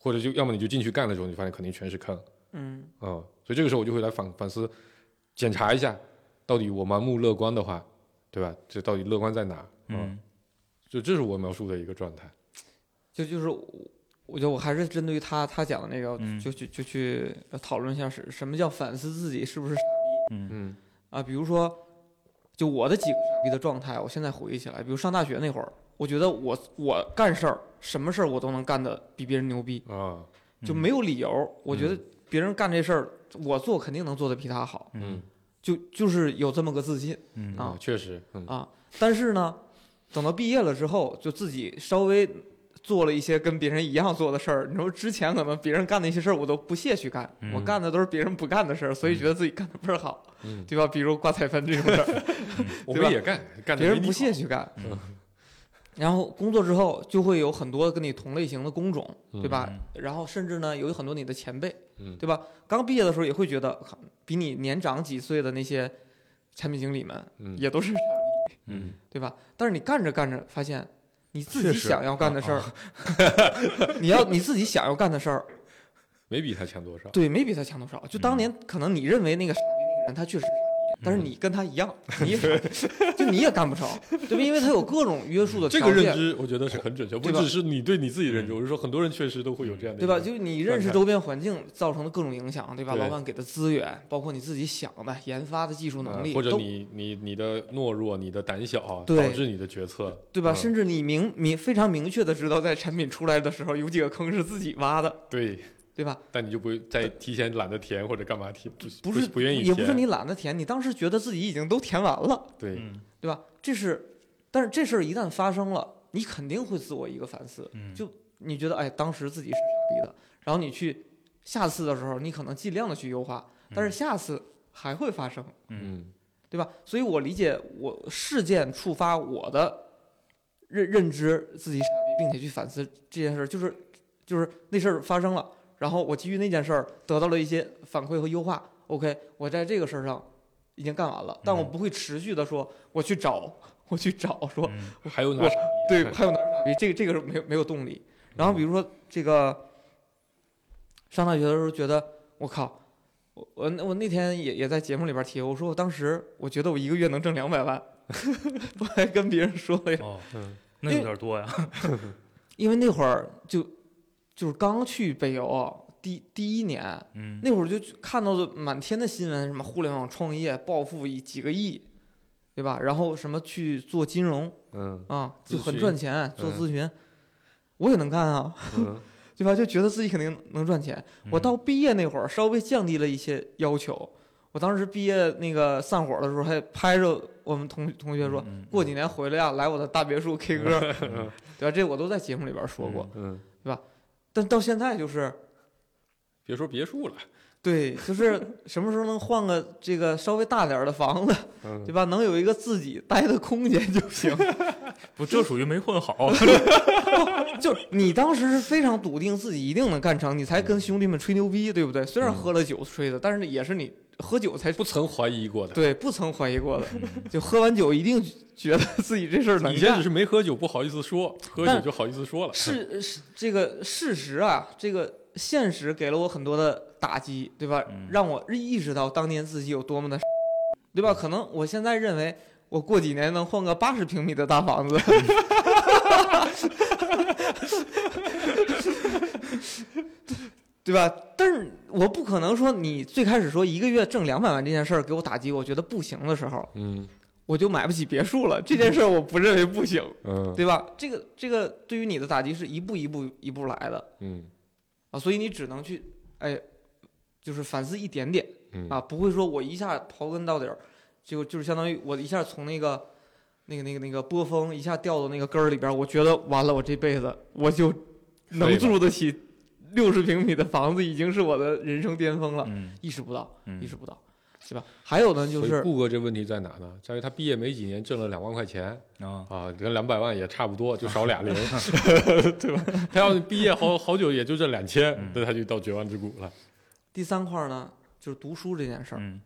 Speaker 5: 或者就要么你就进去干的时候，你发现肯定全是坑，
Speaker 3: 嗯
Speaker 5: 嗯，所以这个时候我就会来反反思，检查一下，到底我盲目乐观的话，对吧？这到底乐观在哪？嗯，
Speaker 4: 嗯
Speaker 5: 就这是我描述的一个状态。
Speaker 3: 就就是我。我就我还是针对于他他讲的那个，
Speaker 4: 嗯
Speaker 3: 就就就去讨论一下是什么叫反思自己是不是
Speaker 4: 嗯
Speaker 5: 嗯
Speaker 3: 啊，比如说，就我的几个傻逼的状态，我现在回忆起来，比如上大学那会儿，我觉得我我干事儿，什么事儿我都能干得比别人牛逼，
Speaker 5: 啊，
Speaker 3: 就
Speaker 4: 嗯
Speaker 3: 没有理由。我觉得别人干这事儿，我做肯定能做得比他好，
Speaker 5: 嗯
Speaker 3: 就就是有这么个自信。
Speaker 4: 嗯
Speaker 3: 啊
Speaker 5: 确实，嗯
Speaker 3: 啊但是呢，等到毕业了之后，就自己稍微做了一些跟别人一样做的事儿。你说之前可能别人干的一些事儿，我都不屑去干，我
Speaker 4: 嗯
Speaker 3: 干的都是别人不干的事儿，所以觉得自己干的倍儿好，
Speaker 5: 嗯，
Speaker 3: 对吧？比如刮彩分这种事儿。
Speaker 5: 我
Speaker 3: 对
Speaker 5: 们
Speaker 3: 吧
Speaker 5: 也干， 干得
Speaker 3: 别人
Speaker 5: 没你
Speaker 3: 不屑
Speaker 5: 好，
Speaker 3: 去干
Speaker 5: 嗯。
Speaker 3: 然后工作之后就会有很多跟你同类型的工种，对吧？
Speaker 4: 嗯
Speaker 3: 然后甚至呢有很多你的前辈，
Speaker 5: 嗯
Speaker 3: 对吧？刚毕业的时候也会觉得靠比你年长几岁的那些产品经理们
Speaker 5: 嗯
Speaker 3: 也都是，
Speaker 5: 嗯，
Speaker 3: 对吧？但是你干着干着发现你自
Speaker 5: 确
Speaker 3: 己
Speaker 5: 实啊
Speaker 3: 想要干的事儿， 你要你自己想要干的事儿，
Speaker 5: 没比他强多少。
Speaker 3: 对，没比他强多少。就当
Speaker 5: 嗯
Speaker 3: 年可能你认为那个傻逼那个人，他确实傻逼，但是你跟他一样，你也傻逼 就你也干不成，对吧？因为他有各种约束的
Speaker 5: 这
Speaker 3: 条
Speaker 5: 个
Speaker 3: 件，
Speaker 5: 认知，我觉得是很准确，不
Speaker 3: 对吧
Speaker 5: 只是你对你嗯自己认知，我是说很多人确实都会有这样的一
Speaker 3: 对
Speaker 5: 个，
Speaker 3: 吧？就是你认识
Speaker 5: 看
Speaker 3: 周边环境造成的各种影响，对吧？
Speaker 5: 对
Speaker 3: 老板给的资源，包括你自己想的、研发的技术能
Speaker 5: 呃
Speaker 3: 力，
Speaker 5: 或者
Speaker 3: 都
Speaker 5: 你你你的懦弱、你的胆小啊，
Speaker 3: 对
Speaker 5: 导致你的决策，
Speaker 3: 对吧？
Speaker 5: 嗯
Speaker 3: 甚至你明明非常明确的知道，在产品出来的时候有几个坑是自己挖的，
Speaker 5: 对，
Speaker 3: 对吧？
Speaker 5: 但你就不会再提前懒得填或者干嘛填，不
Speaker 3: 不
Speaker 5: 不
Speaker 3: 是
Speaker 5: 不愿意填，
Speaker 3: 也不是你懒得填，你当时觉得自己已经都填完了，
Speaker 5: 对，
Speaker 4: 嗯
Speaker 3: 对吧？这是，但是这事儿一旦发生了，你肯定会自我一个反思。
Speaker 4: 嗯
Speaker 3: 就你觉得，哎，当时自己是傻逼的，然后你去下次的时候，你可能尽量的去优化，但是下次还会发生。
Speaker 5: 嗯
Speaker 3: 对吧？所以我理解，我事件触发我的认认知自己傻逼，并且去反思这件事儿，就是就是那事儿发生了，然后我基于那件事儿得到了一些反馈和优化。OK，我在这个事儿上已经干完了，但我不会持续的说我去找， 我去找说，
Speaker 4: 嗯
Speaker 5: 还有哪
Speaker 3: 我？对，还有哪儿傻逼？这个这个是没有没有动力。然后比如说这个上大学的时候，觉得我靠，我我那我那天也也在节目里边提，我说我当时我觉得我一个月能挣两百万， 我还跟别人说了呀，
Speaker 4: 哦
Speaker 5: 嗯，
Speaker 4: 那有点多呀。
Speaker 3: 因为那会儿就就是刚去北邮第第一年，
Speaker 4: 嗯，
Speaker 3: 那会儿就看到的满天的新闻，什么互联网创业暴富一几个亿，对吧？然后什么去做金融
Speaker 5: 嗯
Speaker 3: 啊，
Speaker 5: 咨询
Speaker 3: 就很赚钱，做
Speaker 5: 嗯
Speaker 3: 咨询，我也能干啊，
Speaker 5: 嗯
Speaker 3: 对吧？就觉得自己肯定能赚钱。我到毕业那会儿稍微降低了一些要求，我当时毕业那个散伙的时候还拍着我们同同学说，
Speaker 4: 嗯嗯
Speaker 3: 过几年回来呀、来我的大别墅 K 歌，对吧？这我都在节目里边说过，
Speaker 5: 嗯，
Speaker 3: 但到现在就是。
Speaker 5: 别说别墅了，
Speaker 3: 对，就是什么时候能换个这个稍微大点儿的房子，
Speaker 5: 嗯
Speaker 3: 对吧？能有一个自己待的空间就行。
Speaker 4: 不，这属于没混好。
Speaker 3: 就是你当时是非常笃定自己一定能干成，你才跟兄弟们吹牛逼，对不对？虽然喝了酒吹的，但是也是你喝酒才
Speaker 5: 不曾怀疑过的。
Speaker 3: 对不曾怀疑过的，就喝完酒一定觉得自己这事儿能
Speaker 5: 以前
Speaker 3: 干
Speaker 5: 只。是没喝酒，不好意思说，喝酒就好意思说了。
Speaker 3: 是是这个呃事实啊，这个现实给了我很多的打击，对吧
Speaker 4: 嗯？
Speaker 3: 让我意识到当年自己有多么的，对吧？可能我现在认为我过几年能换个八十平米的大房子，对吧？但是我不可能说你最开始说一个月挣两百万这件事儿给我打击，我觉得不行的时候，
Speaker 5: 嗯
Speaker 3: 我就买不起别墅了。这件事儿我不认为不行。
Speaker 5: 嗯
Speaker 3: 对吧？这个这个对于你的打击是一步一步一步来的
Speaker 5: 嗯
Speaker 3: 啊，所以你只能去哎，就是反思一点点
Speaker 5: 嗯
Speaker 3: 啊，不会说我一下刨根到底儿，就就是相当于我一下从那个那个那个那个波峰一下掉到那个根儿里边儿，我觉得完了，我这辈子我就
Speaker 5: 废
Speaker 3: 能
Speaker 5: 了
Speaker 3: 住得起六十平米的房子，已经是我的人生巅峰了，
Speaker 4: 嗯
Speaker 3: 意识不到，
Speaker 4: 嗯
Speaker 3: 意识不到，对吧？还有呢，就
Speaker 5: 所以
Speaker 3: 是
Speaker 5: 顾哥这问题在哪呢？在于他毕业没几年，挣了两万块钱
Speaker 4: 啊，
Speaker 5: 啊，跟两百万也差不多，就 少俩零，对吧？他要是毕业好好久，也就挣两千
Speaker 4: 嗯，
Speaker 5: 那他就到绝望之谷了。
Speaker 3: 第三块儿呢，就是读书这件事儿。
Speaker 4: 嗯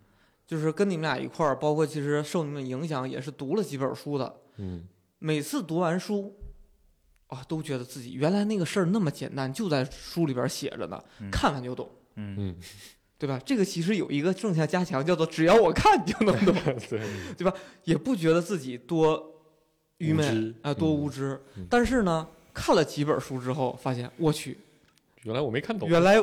Speaker 3: 就是跟你们俩一块儿，包括其实受你们影响也是读了几本书的。
Speaker 5: 嗯
Speaker 3: 每次读完书，啊，都觉得自己原来那个事儿那么简单，就在书里边写着呢，
Speaker 4: 嗯
Speaker 3: 看看就懂，
Speaker 4: 嗯
Speaker 5: 嗯，
Speaker 3: 对吧？这个其实有一个正向加强，叫做只要我看就能懂，
Speaker 5: 对，
Speaker 3: 也不觉得自己多愚
Speaker 5: 无
Speaker 3: 昧
Speaker 5: 知
Speaker 3: 啊，多
Speaker 5: 嗯
Speaker 3: 无知。
Speaker 5: 嗯
Speaker 3: 但是呢，看了几本书之后，发现我去，
Speaker 5: 原来我没看懂。
Speaker 3: 原来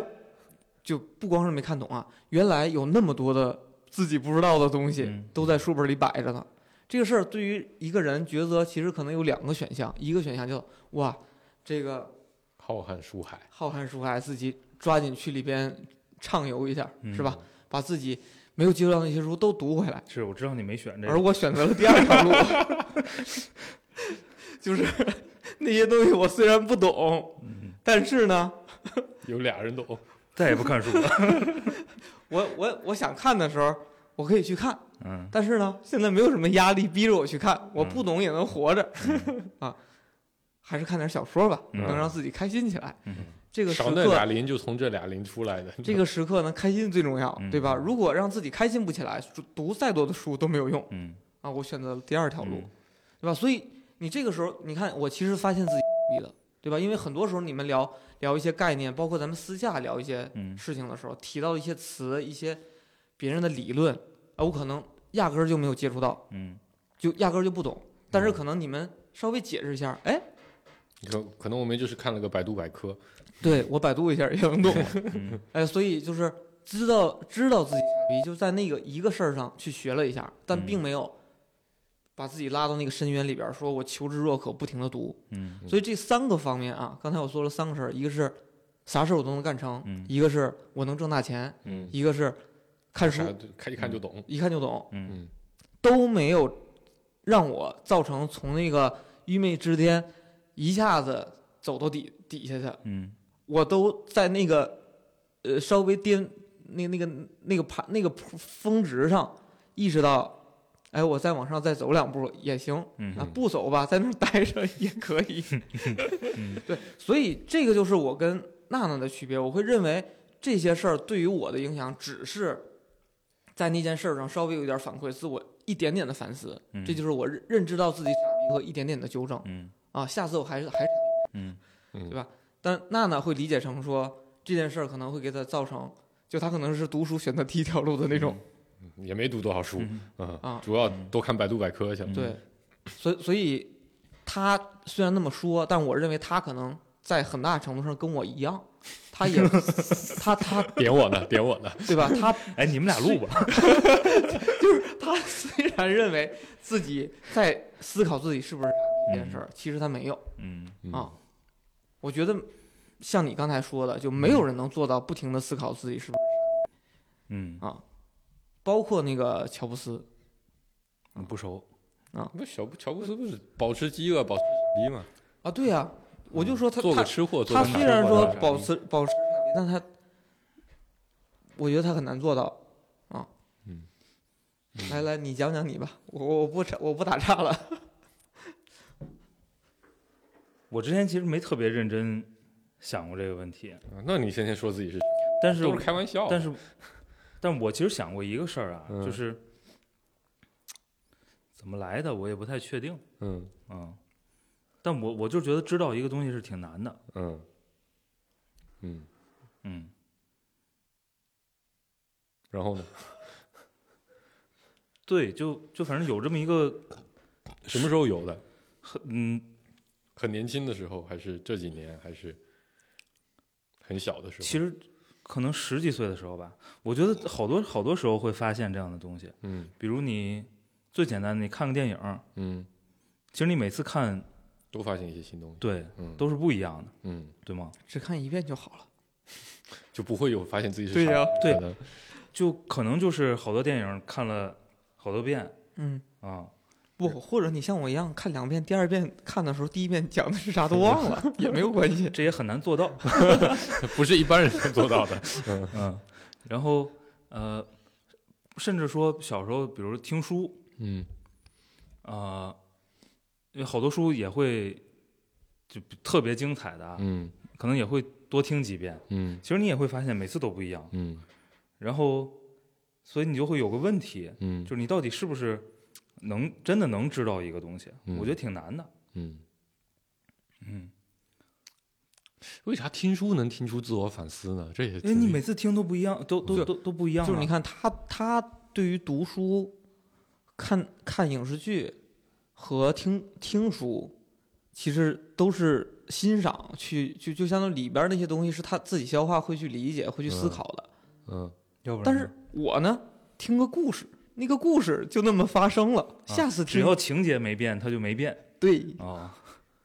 Speaker 3: 就不光是没看懂啊，原来有那么多的自己不知道的东西
Speaker 4: 嗯
Speaker 3: 都在书本里摆着呢。这个事儿对于一个人抉择，其实可能有两个选项，一个选项叫哇，这个
Speaker 5: 浩瀚书海，
Speaker 3: 浩瀚书海，自己抓紧去里边畅游一下，
Speaker 4: 嗯
Speaker 3: 是吧？把自己没有接触到那些书都读回来。
Speaker 4: 是我知道你没选这
Speaker 3: 而
Speaker 4: 个，
Speaker 3: 我选择了第二条路， 就是那些东西我虽然不懂，
Speaker 4: 嗯
Speaker 3: 但是呢，
Speaker 5: 有俩人懂。
Speaker 4: 再也不看书了。
Speaker 3: 我我我想看的时候，我可以去看。
Speaker 4: 嗯
Speaker 3: 但是呢，现在没有什么压力逼着我去看，我不懂也能活着、啊，还是看点小说吧，
Speaker 4: 嗯
Speaker 3: 能让自己开心起来。
Speaker 4: 嗯
Speaker 3: 这个时
Speaker 5: 少那
Speaker 3: 刻，
Speaker 5: 俩零就从这俩零出来的。
Speaker 3: 这个时刻呢，开心最重要，
Speaker 4: 嗯
Speaker 3: 对吧？如果让自己开心不起来，读读再多的书都没有用
Speaker 4: 嗯，
Speaker 3: 啊。我选择了第二条路，
Speaker 4: 嗯
Speaker 3: 对吧？所以你这个时候，你看我其实发现自己逼了，对吧？因为很多时候你们聊聊一些概念，包括咱们私下聊一些
Speaker 4: 嗯
Speaker 3: 事情的时候，提到一些词、一些别人的理论啊，我可能压根儿就没有接触到。
Speaker 4: 嗯
Speaker 3: 就压根儿就不懂。但是
Speaker 5: 嗯
Speaker 3: 可能你们稍微解释一下，哎，
Speaker 5: 可可能我们就是看了个百度百科，
Speaker 3: 对我百度一下也能懂。
Speaker 4: 嗯
Speaker 3: 哎，所以就是知道知道自己傻逼，就在那个一个事儿上去学了一下，但
Speaker 4: 嗯
Speaker 3: 并没有把自己拉到那个深渊里边儿，说我求知若渴，不停的读。
Speaker 4: 嗯
Speaker 3: 所以这三个方面啊，刚才我说了三个事儿，一个是啥事儿我都能干成，
Speaker 4: 嗯
Speaker 3: 一个是我能挣大钱，
Speaker 5: 嗯，
Speaker 3: 一个是看书
Speaker 5: 啥都看一看就懂。
Speaker 3: 一看就懂，
Speaker 4: 嗯
Speaker 5: 嗯
Speaker 3: 都没有让我造成从那个愚昧之巅一下子走到底底下去，
Speaker 4: 嗯
Speaker 3: 我都在那个呃稍微颠那那个那个盘那个坡峰值上意识到，哎，我再往上再走两步也行，啊
Speaker 4: 嗯，
Speaker 3: 不走吧，在那儿待着也可以。对，所以这个就是我跟娜娜的区别。我会认为这些事儿对于我的影响，只是在那件事儿上稍微有一点反馈，自我一点点的反思，
Speaker 4: 嗯
Speaker 3: 这就是我认认知到自己傻逼和一点点的纠正
Speaker 4: 嗯
Speaker 3: 啊。下次我还是还是，
Speaker 4: 嗯
Speaker 5: 嗯，
Speaker 3: 对吧但娜娜会理解成说这件事儿可能会给她造成，就她可能是读书选择第一条路的那种
Speaker 5: 也没读多少书
Speaker 4: 嗯
Speaker 5: 啊
Speaker 3: 啊，
Speaker 5: 主要多看百度百科去了。
Speaker 3: 对，所以所以他虽然那么说，但我认为他可能在很大程度上跟我一样，他也他他
Speaker 5: 点我呢，点我呢，
Speaker 3: 对吧？他
Speaker 4: 哎，你们俩录吧。
Speaker 3: 就是他虽然认为自己在思考自己是不是这件事儿，其实他没有。
Speaker 4: 嗯
Speaker 5: 嗯
Speaker 3: 啊我觉得像你刚才说的，就没有人能做到不停的思考自己是不是，
Speaker 4: 嗯，
Speaker 3: 包括那个乔布斯。
Speaker 4: 不熟。
Speaker 5: 不小布乔布斯不是保持饥饿，保持傻逼嘛？
Speaker 3: 啊，对呀、我就说他
Speaker 5: 嗯做
Speaker 3: 他
Speaker 5: 个吃货，做
Speaker 3: 他
Speaker 5: 个嗯
Speaker 3: 虽然说
Speaker 5: 傻逼
Speaker 3: 保持保持，但他我觉得他很难做到啊。
Speaker 5: 嗯，
Speaker 3: 来来，你讲讲你吧，我我不岔我不打岔了。
Speaker 4: 我之前其实没特别认真想过这个问题，
Speaker 5: 啊那你天天说自己是，
Speaker 4: 但是
Speaker 5: 都是开玩笑。
Speaker 4: 但是，但我其实想过一个事儿啊，
Speaker 5: 嗯
Speaker 4: 就是怎么来的，我也不太确定。
Speaker 5: 嗯
Speaker 4: 嗯，但我我就觉得知道一个东西是挺难的。
Speaker 5: 嗯嗯，
Speaker 4: 嗯，
Speaker 5: 然后呢？
Speaker 4: 对，就就反正有这么一个
Speaker 5: 什么时候有的？
Speaker 4: 很嗯，
Speaker 5: 很年轻的时候，还是这几年，还是很小的时候？
Speaker 4: 其实可能十几岁的时候吧，我觉得好多好多时候会发现这样的东西，
Speaker 5: 嗯
Speaker 4: 比如你最简单的，你看个电影，
Speaker 5: 嗯，
Speaker 4: 其实你每次看
Speaker 5: 多发现一些新东西。
Speaker 4: 对
Speaker 5: 嗯，
Speaker 4: 都是不一样的，
Speaker 5: 嗯，
Speaker 4: 对吗？
Speaker 3: 只看一遍就好了。
Speaker 5: 就不会有发现自己是
Speaker 3: 对呀
Speaker 5: 傻
Speaker 4: 对
Speaker 5: 逼的。
Speaker 4: 就可能就是好多电影看了好多遍
Speaker 3: 嗯，
Speaker 4: 啊，
Speaker 3: 不，或者你像我一样看两遍，第二遍看的时候，第一遍讲的是啥都忘 了，也没有关系。
Speaker 4: 这也很难 做到。
Speaker 5: 不是一般人能做到的。
Speaker 4: 嗯，然后呃，甚至说小时候，比如听书
Speaker 5: 嗯
Speaker 4: 啊、因为好多书也会就特别精彩的啊，
Speaker 5: 嗯
Speaker 4: 可能也会多听几遍。
Speaker 5: 嗯
Speaker 4: 其实你也会发现每次都不一样，
Speaker 5: 嗯
Speaker 4: 然后所以你就会有个问题，
Speaker 5: 嗯
Speaker 4: 就是你到底是不是能真的能知道一个东西？
Speaker 5: 嗯
Speaker 4: 我觉得挺难的。
Speaker 5: 嗯，
Speaker 4: 嗯，
Speaker 5: 为啥听书能听出自我反思呢？这也
Speaker 4: 因为哎你每次听都不一样，都都
Speaker 3: 对
Speaker 4: 都都不一样啊。
Speaker 3: 就是你看他，他对于读书、看看影视剧和听听书，其实都是欣赏，去就就相当于里边儿那些东西是他自己消化、会去理解、会去思
Speaker 5: 嗯
Speaker 3: 考的。
Speaker 5: 嗯
Speaker 4: 要不然
Speaker 3: 但
Speaker 4: 呢
Speaker 3: 是我呢，听个故事，那个故事就那么发生了，
Speaker 4: 啊
Speaker 3: 下次
Speaker 4: 只
Speaker 3: 听
Speaker 4: 要情节没变，它就没变
Speaker 3: 对，
Speaker 4: 哦。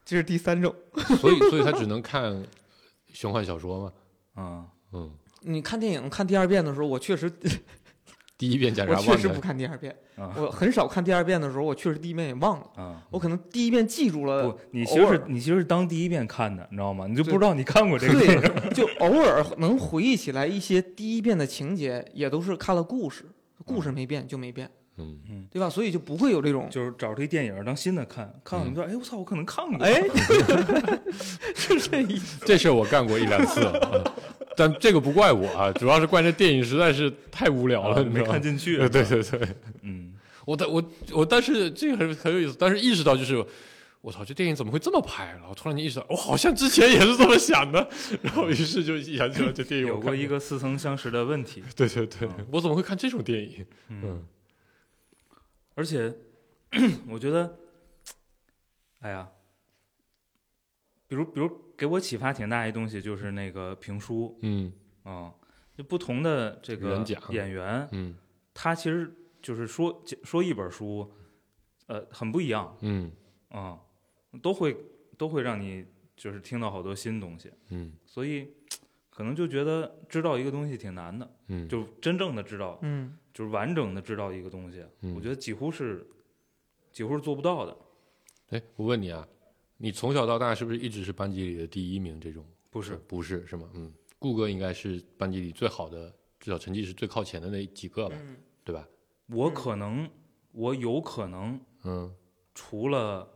Speaker 3: 这是第三种。
Speaker 5: 所以所以他只能看玄幻小说嘛。
Speaker 4: 嗯，
Speaker 5: 嗯，
Speaker 3: 你看电影看第二遍的时候，我确实
Speaker 5: 第一遍
Speaker 4: 哎
Speaker 5: 加
Speaker 3: 我
Speaker 5: 啥
Speaker 3: 确
Speaker 5: 忘
Speaker 3: 实不
Speaker 5: 的？
Speaker 3: 看第二遍，
Speaker 4: 啊
Speaker 3: 我很少看第二遍的时候，我确实第一遍也忘了，
Speaker 4: 嗯，
Speaker 3: 我可能第一遍记住了。
Speaker 4: 不，你其实
Speaker 3: 偶
Speaker 4: 是
Speaker 3: 尔
Speaker 4: 你其实是当第一遍看的，你知道吗？你就不
Speaker 3: 对
Speaker 4: 知道你看过这个电影。
Speaker 3: 对， 就偶尔能回忆起来一些第一遍的情节，也都是看了故事，故事没变就没变，
Speaker 5: 嗯，
Speaker 3: 对吧？所以就不会有这种，
Speaker 4: 就是找出一电影当新的看，看了
Speaker 5: 嗯
Speaker 4: 你说，哎，我操，我可能看过。
Speaker 3: 哎，就这意思。
Speaker 5: 这事儿我干过一两次了。嗯但这个不怪我啊，主要是怪这电影实在是太无聊
Speaker 4: 啊，
Speaker 5: 了，你知
Speaker 4: 没
Speaker 5: 道吗
Speaker 4: 看进去。
Speaker 5: 对 对对对，
Speaker 4: 嗯，
Speaker 5: 我但我我但是这个很很有意思，但是意识到就是，我操，这电影怎么会这么拍？然后突然间意识到，我好像之前也是这么想的， 然后于是就想起了这电影
Speaker 4: 有
Speaker 5: 我看
Speaker 4: 过一，个似曾相识的问题，
Speaker 5: 对对对，我怎么会看这种电影？
Speaker 4: 嗯，
Speaker 5: 嗯
Speaker 4: 而且 我觉得，哎呀，比如比如给我启发挺大一东西，就是那个评书，
Speaker 5: 嗯
Speaker 4: 嗯，就不同的这个
Speaker 5: 人讲
Speaker 4: 演员，
Speaker 5: 嗯
Speaker 4: 他其实就是说说一本书，呃，很不一样。
Speaker 5: 嗯
Speaker 4: 啊、都会都会让你就是听到好多新东西，
Speaker 5: 嗯
Speaker 4: 所以可能就觉得知道一个东西挺难的，
Speaker 5: 嗯，
Speaker 4: 就真正的知道，
Speaker 3: 嗯，
Speaker 4: 就是完整的知道一个东西，
Speaker 5: 嗯
Speaker 4: 我觉得几乎是几乎是做不到的，
Speaker 5: 哎，我问你啊，你从小到大是不是一直是班级里的第一名？这种
Speaker 4: 不是？
Speaker 5: 不是是吗？嗯，顾哥应该是班级里最好的，至少成绩是最靠前的那几个吧，
Speaker 3: 嗯
Speaker 5: 对吧？
Speaker 4: 我可能我有可能
Speaker 5: 嗯
Speaker 4: 除了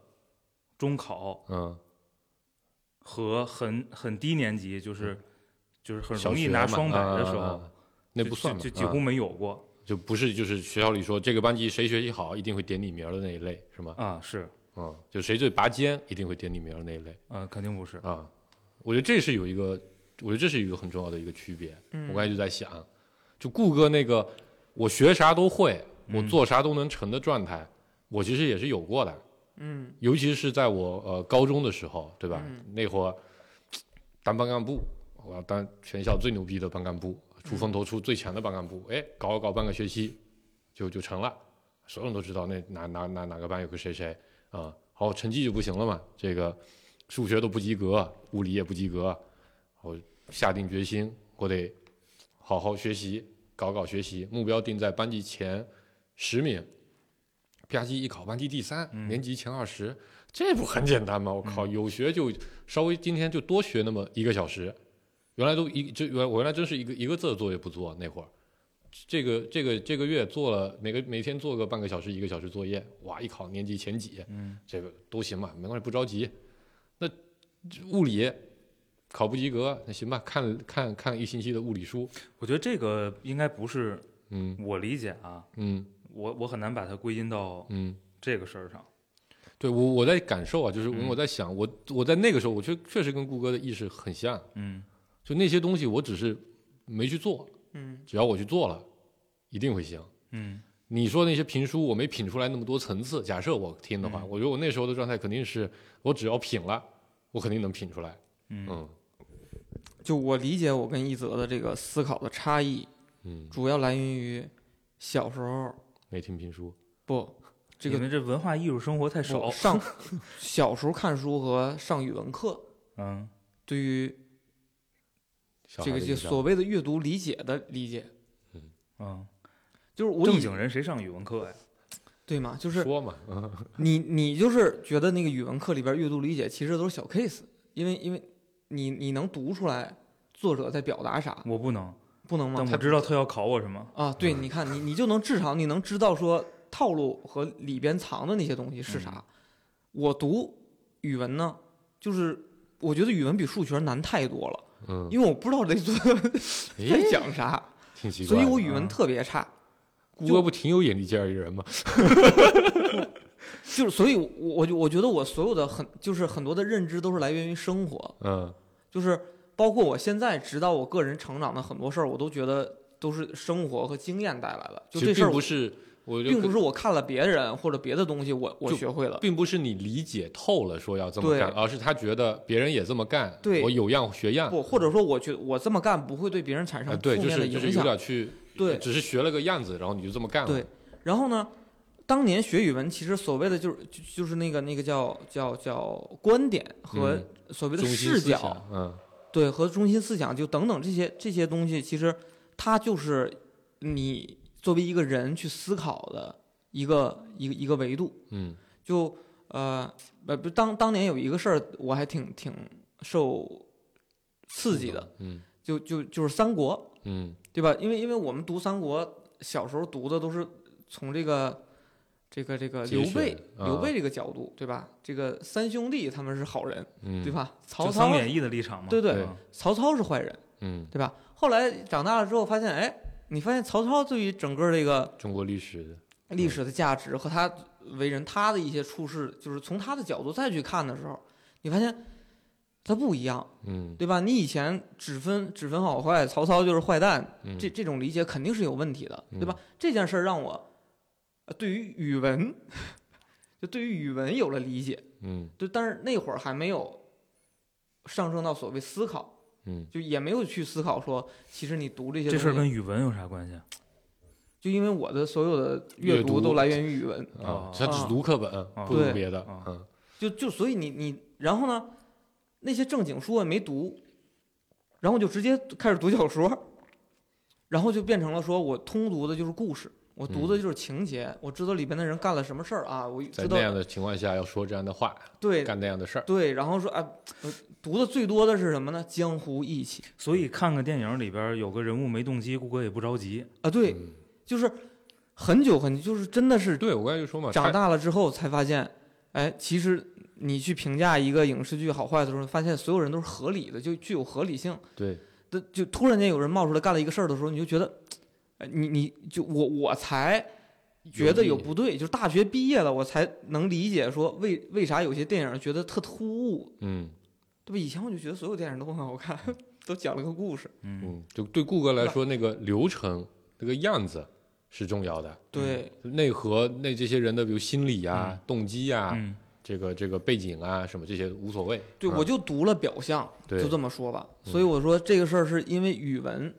Speaker 4: 中考
Speaker 5: 嗯
Speaker 4: 和很很低年级，就是、就是很
Speaker 5: 嗯小
Speaker 4: 容易
Speaker 5: 学
Speaker 4: 拿
Speaker 5: 嘛
Speaker 4: 双百的时候，
Speaker 5: 啊啊啊那
Speaker 4: 就
Speaker 5: 不算嘛
Speaker 4: 就就几
Speaker 5: 啊
Speaker 4: 乎没有过
Speaker 5: 就不是就是学校里说这个班级谁学习好一定会点你名儿的那一类是吗？
Speaker 4: 啊，是，
Speaker 5: 嗯，就谁最拔尖一定会点你名儿的那一类
Speaker 4: 呃，肯定不是，
Speaker 5: 啊。我觉得这是有一个，我觉得这是一个很重要的一个区别。我刚才就在想，就顾哥那个我学啥都会，我
Speaker 4: 嗯
Speaker 5: 做啥都能成的状态，我其实也是有过的。
Speaker 3: 嗯
Speaker 5: 尤其是在我呃高中的时候，对吧？
Speaker 3: 嗯
Speaker 5: 那会儿当班干部，我要当全校最牛逼的班干部，出风头出最强的班干部。哎，搞一搞半个学期，就就成了，所有人都知道那哪哪哪哪个班有个谁谁啊、好，成绩就不行了嘛，这个数学都不及格，物理也不及格，我下定决心，我得好好学习，搞搞学习，目标定在班级前十名。吧唧一考班级第三，年级前二十，这不很简单吗？我靠，有学就稍微今天就多学那么一个小时，原来都一这原我原来真是一个一个字儿作业不做那会儿，这个这个这个月做了每个每天做个半个小时一个小时作业，哇，一考年级前几，
Speaker 4: 嗯，
Speaker 5: 这个都行吧，没关系，不着急。那物理考不及格，那行吧，看看看一星期的物理书，
Speaker 4: 我觉得这个应该不是
Speaker 5: 嗯
Speaker 4: 我理解啊，
Speaker 5: 嗯
Speaker 4: 我我很难把它归因到
Speaker 5: 嗯。
Speaker 4: 这个事儿上。
Speaker 5: 对我我在感受啊，就是
Speaker 4: 嗯
Speaker 5: 我在想，我我在那个时候，我确确实跟顾哥的意识很像，
Speaker 4: 嗯
Speaker 5: 就那些东西我只是没去做，
Speaker 3: 嗯
Speaker 5: 只要我去做了，一定会行。
Speaker 4: 嗯
Speaker 5: 你说那些评书，我没品出来那么多层次。假设我听的话，
Speaker 4: 嗯
Speaker 5: 我觉得我那时候的状态肯定是，我只要品了，我肯定能品出来。
Speaker 4: 嗯
Speaker 5: 嗯
Speaker 3: 就我理解，我跟一泽的这个思考的差异，
Speaker 5: 嗯，
Speaker 3: 主要来源于小时候
Speaker 5: 没听评书，
Speaker 3: 不这
Speaker 4: 你
Speaker 3: 个
Speaker 4: 们这文化艺术生活太少
Speaker 3: 我。上小时候看书和上语文课，
Speaker 4: 嗯
Speaker 3: 对于
Speaker 5: 小
Speaker 3: 这个
Speaker 5: 孩的
Speaker 3: 就
Speaker 5: 印象
Speaker 3: 所谓的阅读理解的理解，
Speaker 4: 嗯，
Speaker 3: 就是我
Speaker 4: 正
Speaker 3: 已
Speaker 4: 经人谁上语文课呀？
Speaker 3: 对嘛，就是
Speaker 5: 说嘛，嗯
Speaker 3: 你你就是觉得那个语文课里边阅读理解其实都是小 case，因为因为你你能读出来作者在表达啥，
Speaker 4: 我不能，
Speaker 3: 不能吗
Speaker 4: 但？我知道他要考我什么。
Speaker 3: 啊，对，你看你你就能至少你能知道说套路和里边藏的那些东西是啥。我读语文呢，就是我觉得语文比数学难太多了，
Speaker 5: 嗯，
Speaker 3: 因为我不知道这作者 在
Speaker 5: 诶
Speaker 3: 讲啥，
Speaker 5: 挺奇
Speaker 3: 所
Speaker 5: 怪的。
Speaker 3: 以我语文
Speaker 4: 啊
Speaker 3: 特别差。
Speaker 5: 顾哥不挺有眼力见儿一人吗？
Speaker 3: 就是，所以我我就我觉得我所有的很就是很多的认知都是来源于生活，
Speaker 5: 嗯
Speaker 3: 就是包括我现在直到我个人成长的很多事儿，我都觉得都是生活和经验带来的。就
Speaker 5: 其
Speaker 3: 这
Speaker 5: 实
Speaker 3: 事儿
Speaker 5: 并不
Speaker 3: 我
Speaker 5: 是，我就
Speaker 3: 并不是我看了别人或者别的东西我我
Speaker 5: 就
Speaker 3: 学会了，
Speaker 5: 并不是你理解透了说要这么
Speaker 3: 对
Speaker 5: 干，而是他觉得别人也这么干，
Speaker 3: 对
Speaker 5: 我有样学样。
Speaker 3: 不或者说我觉得我这么干不会对别人产
Speaker 5: 啊，
Speaker 3: 生负
Speaker 5: 对，就
Speaker 3: 面的
Speaker 5: 是就
Speaker 3: 影
Speaker 5: 是有
Speaker 3: 响。
Speaker 5: 点去，
Speaker 3: 对
Speaker 5: 只是学了个样子，然后你就这么干了。
Speaker 3: 对然后呢，当年学语文其实所谓的就是就就是那个那个叫叫叫观点和
Speaker 5: 嗯
Speaker 3: 所谓的
Speaker 5: 中心
Speaker 3: 视
Speaker 5: 思
Speaker 3: 角，
Speaker 5: 想，嗯
Speaker 3: 对和中心思想就等等这些这些东西，其实它就是你作为一个人去思考的一个一个一个维度。
Speaker 5: 嗯
Speaker 3: 就呃呃，不当当年有一个事儿，我还挺挺受刺激的，，
Speaker 5: 嗯
Speaker 3: 就就就是三国，
Speaker 5: 嗯
Speaker 3: 对吧？因为因为我们读三国，小时候读的都是从这个这个这个
Speaker 5: 节
Speaker 3: 刘备
Speaker 5: 选
Speaker 3: 刘
Speaker 5: 啊
Speaker 3: 备这个角度，对吧？这个三兄弟他们是好人，
Speaker 5: 嗯，
Speaker 3: 对
Speaker 5: 吧？
Speaker 3: 吧？曹
Speaker 4: 就《
Speaker 3: 操
Speaker 4: 三国演义》的立场嘛。
Speaker 3: 对对
Speaker 4: 嗯
Speaker 3: 曹操是坏人。
Speaker 5: 嗯，
Speaker 3: 对吧？后来长大了之后发现，哎，你发现曹操对于整个这个
Speaker 5: 中国历史的，
Speaker 3: 历史的价值和他为人，他的一些处事，就是从他的角度再去看的时候，你发现他不一样，
Speaker 5: 嗯
Speaker 3: 对吧？你以前只分只分好坏，曹操就是坏蛋，
Speaker 5: 嗯，
Speaker 3: 这这种理解肯定是有问题的，对吧
Speaker 5: 嗯？
Speaker 3: 这件事儿让我呃对于语文， 就对于语文有了理解，
Speaker 5: 嗯
Speaker 3: 就但是那会儿还没有上升到所谓思考。
Speaker 5: 嗯
Speaker 3: 就也没有去思考说，其实你读这些
Speaker 4: 这事儿
Speaker 3: 东西
Speaker 4: 跟语文有啥关系啊？
Speaker 3: 就因为我的所有的阅
Speaker 5: 阅
Speaker 3: 读
Speaker 5: 读
Speaker 3: 都来源于语文，
Speaker 5: 啊
Speaker 4: 哦，
Speaker 5: 他只读课本，不
Speaker 3: 对哦
Speaker 5: 读别的，
Speaker 4: 啊
Speaker 5: 嗯
Speaker 3: 就就所以你你然后呢，那些正经书我也没读，然后就直接开始读小说，然后就变成了说我通读的就是故事，我读的就是情节，我知道里边的人干了什么事儿啊，我
Speaker 5: 嗯在
Speaker 3: 知道
Speaker 5: 那样的情况下要说这样的话，
Speaker 3: 对
Speaker 5: 干那样的事儿，
Speaker 3: 对，然后说啊、呃读的最多的是什么呢？江湖义气
Speaker 4: 所以看个电影里边有个人物没动机，顾哥也不着急。
Speaker 3: 啊，对，
Speaker 5: 嗯
Speaker 3: 就是很久很久，就是真的是
Speaker 5: 对我刚才就说嘛，
Speaker 3: 长
Speaker 5: 他
Speaker 3: 大了之后才发现，哎，其实你去评价一个影视剧好坏的时候，发现所有人都是合理的，就具有合理性。
Speaker 5: 对，
Speaker 3: 那就突然间有人冒出来干了一个事儿的时候，你就觉得，哎，你你就我我才觉得有不对，就是大学毕业了，我才能理解说为为啥有些电影觉得特突兀，
Speaker 5: 嗯
Speaker 3: 对吧？以前我就觉得所有电影都很好看， 都讲了个故事，
Speaker 4: 嗯
Speaker 5: 嗯，就对顾哥来说，那个流程那个样子，是重要的，
Speaker 3: 对，
Speaker 5: 内核那这些人的比如心理啊、动机啊、
Speaker 4: 嗯
Speaker 5: 这个这个背景啊什么这些无所谓。
Speaker 3: 对，
Speaker 5: 啊
Speaker 3: 我就读了表象，
Speaker 5: 对嗯
Speaker 3: 就这么说吧。所以我说这个事儿是因为语文，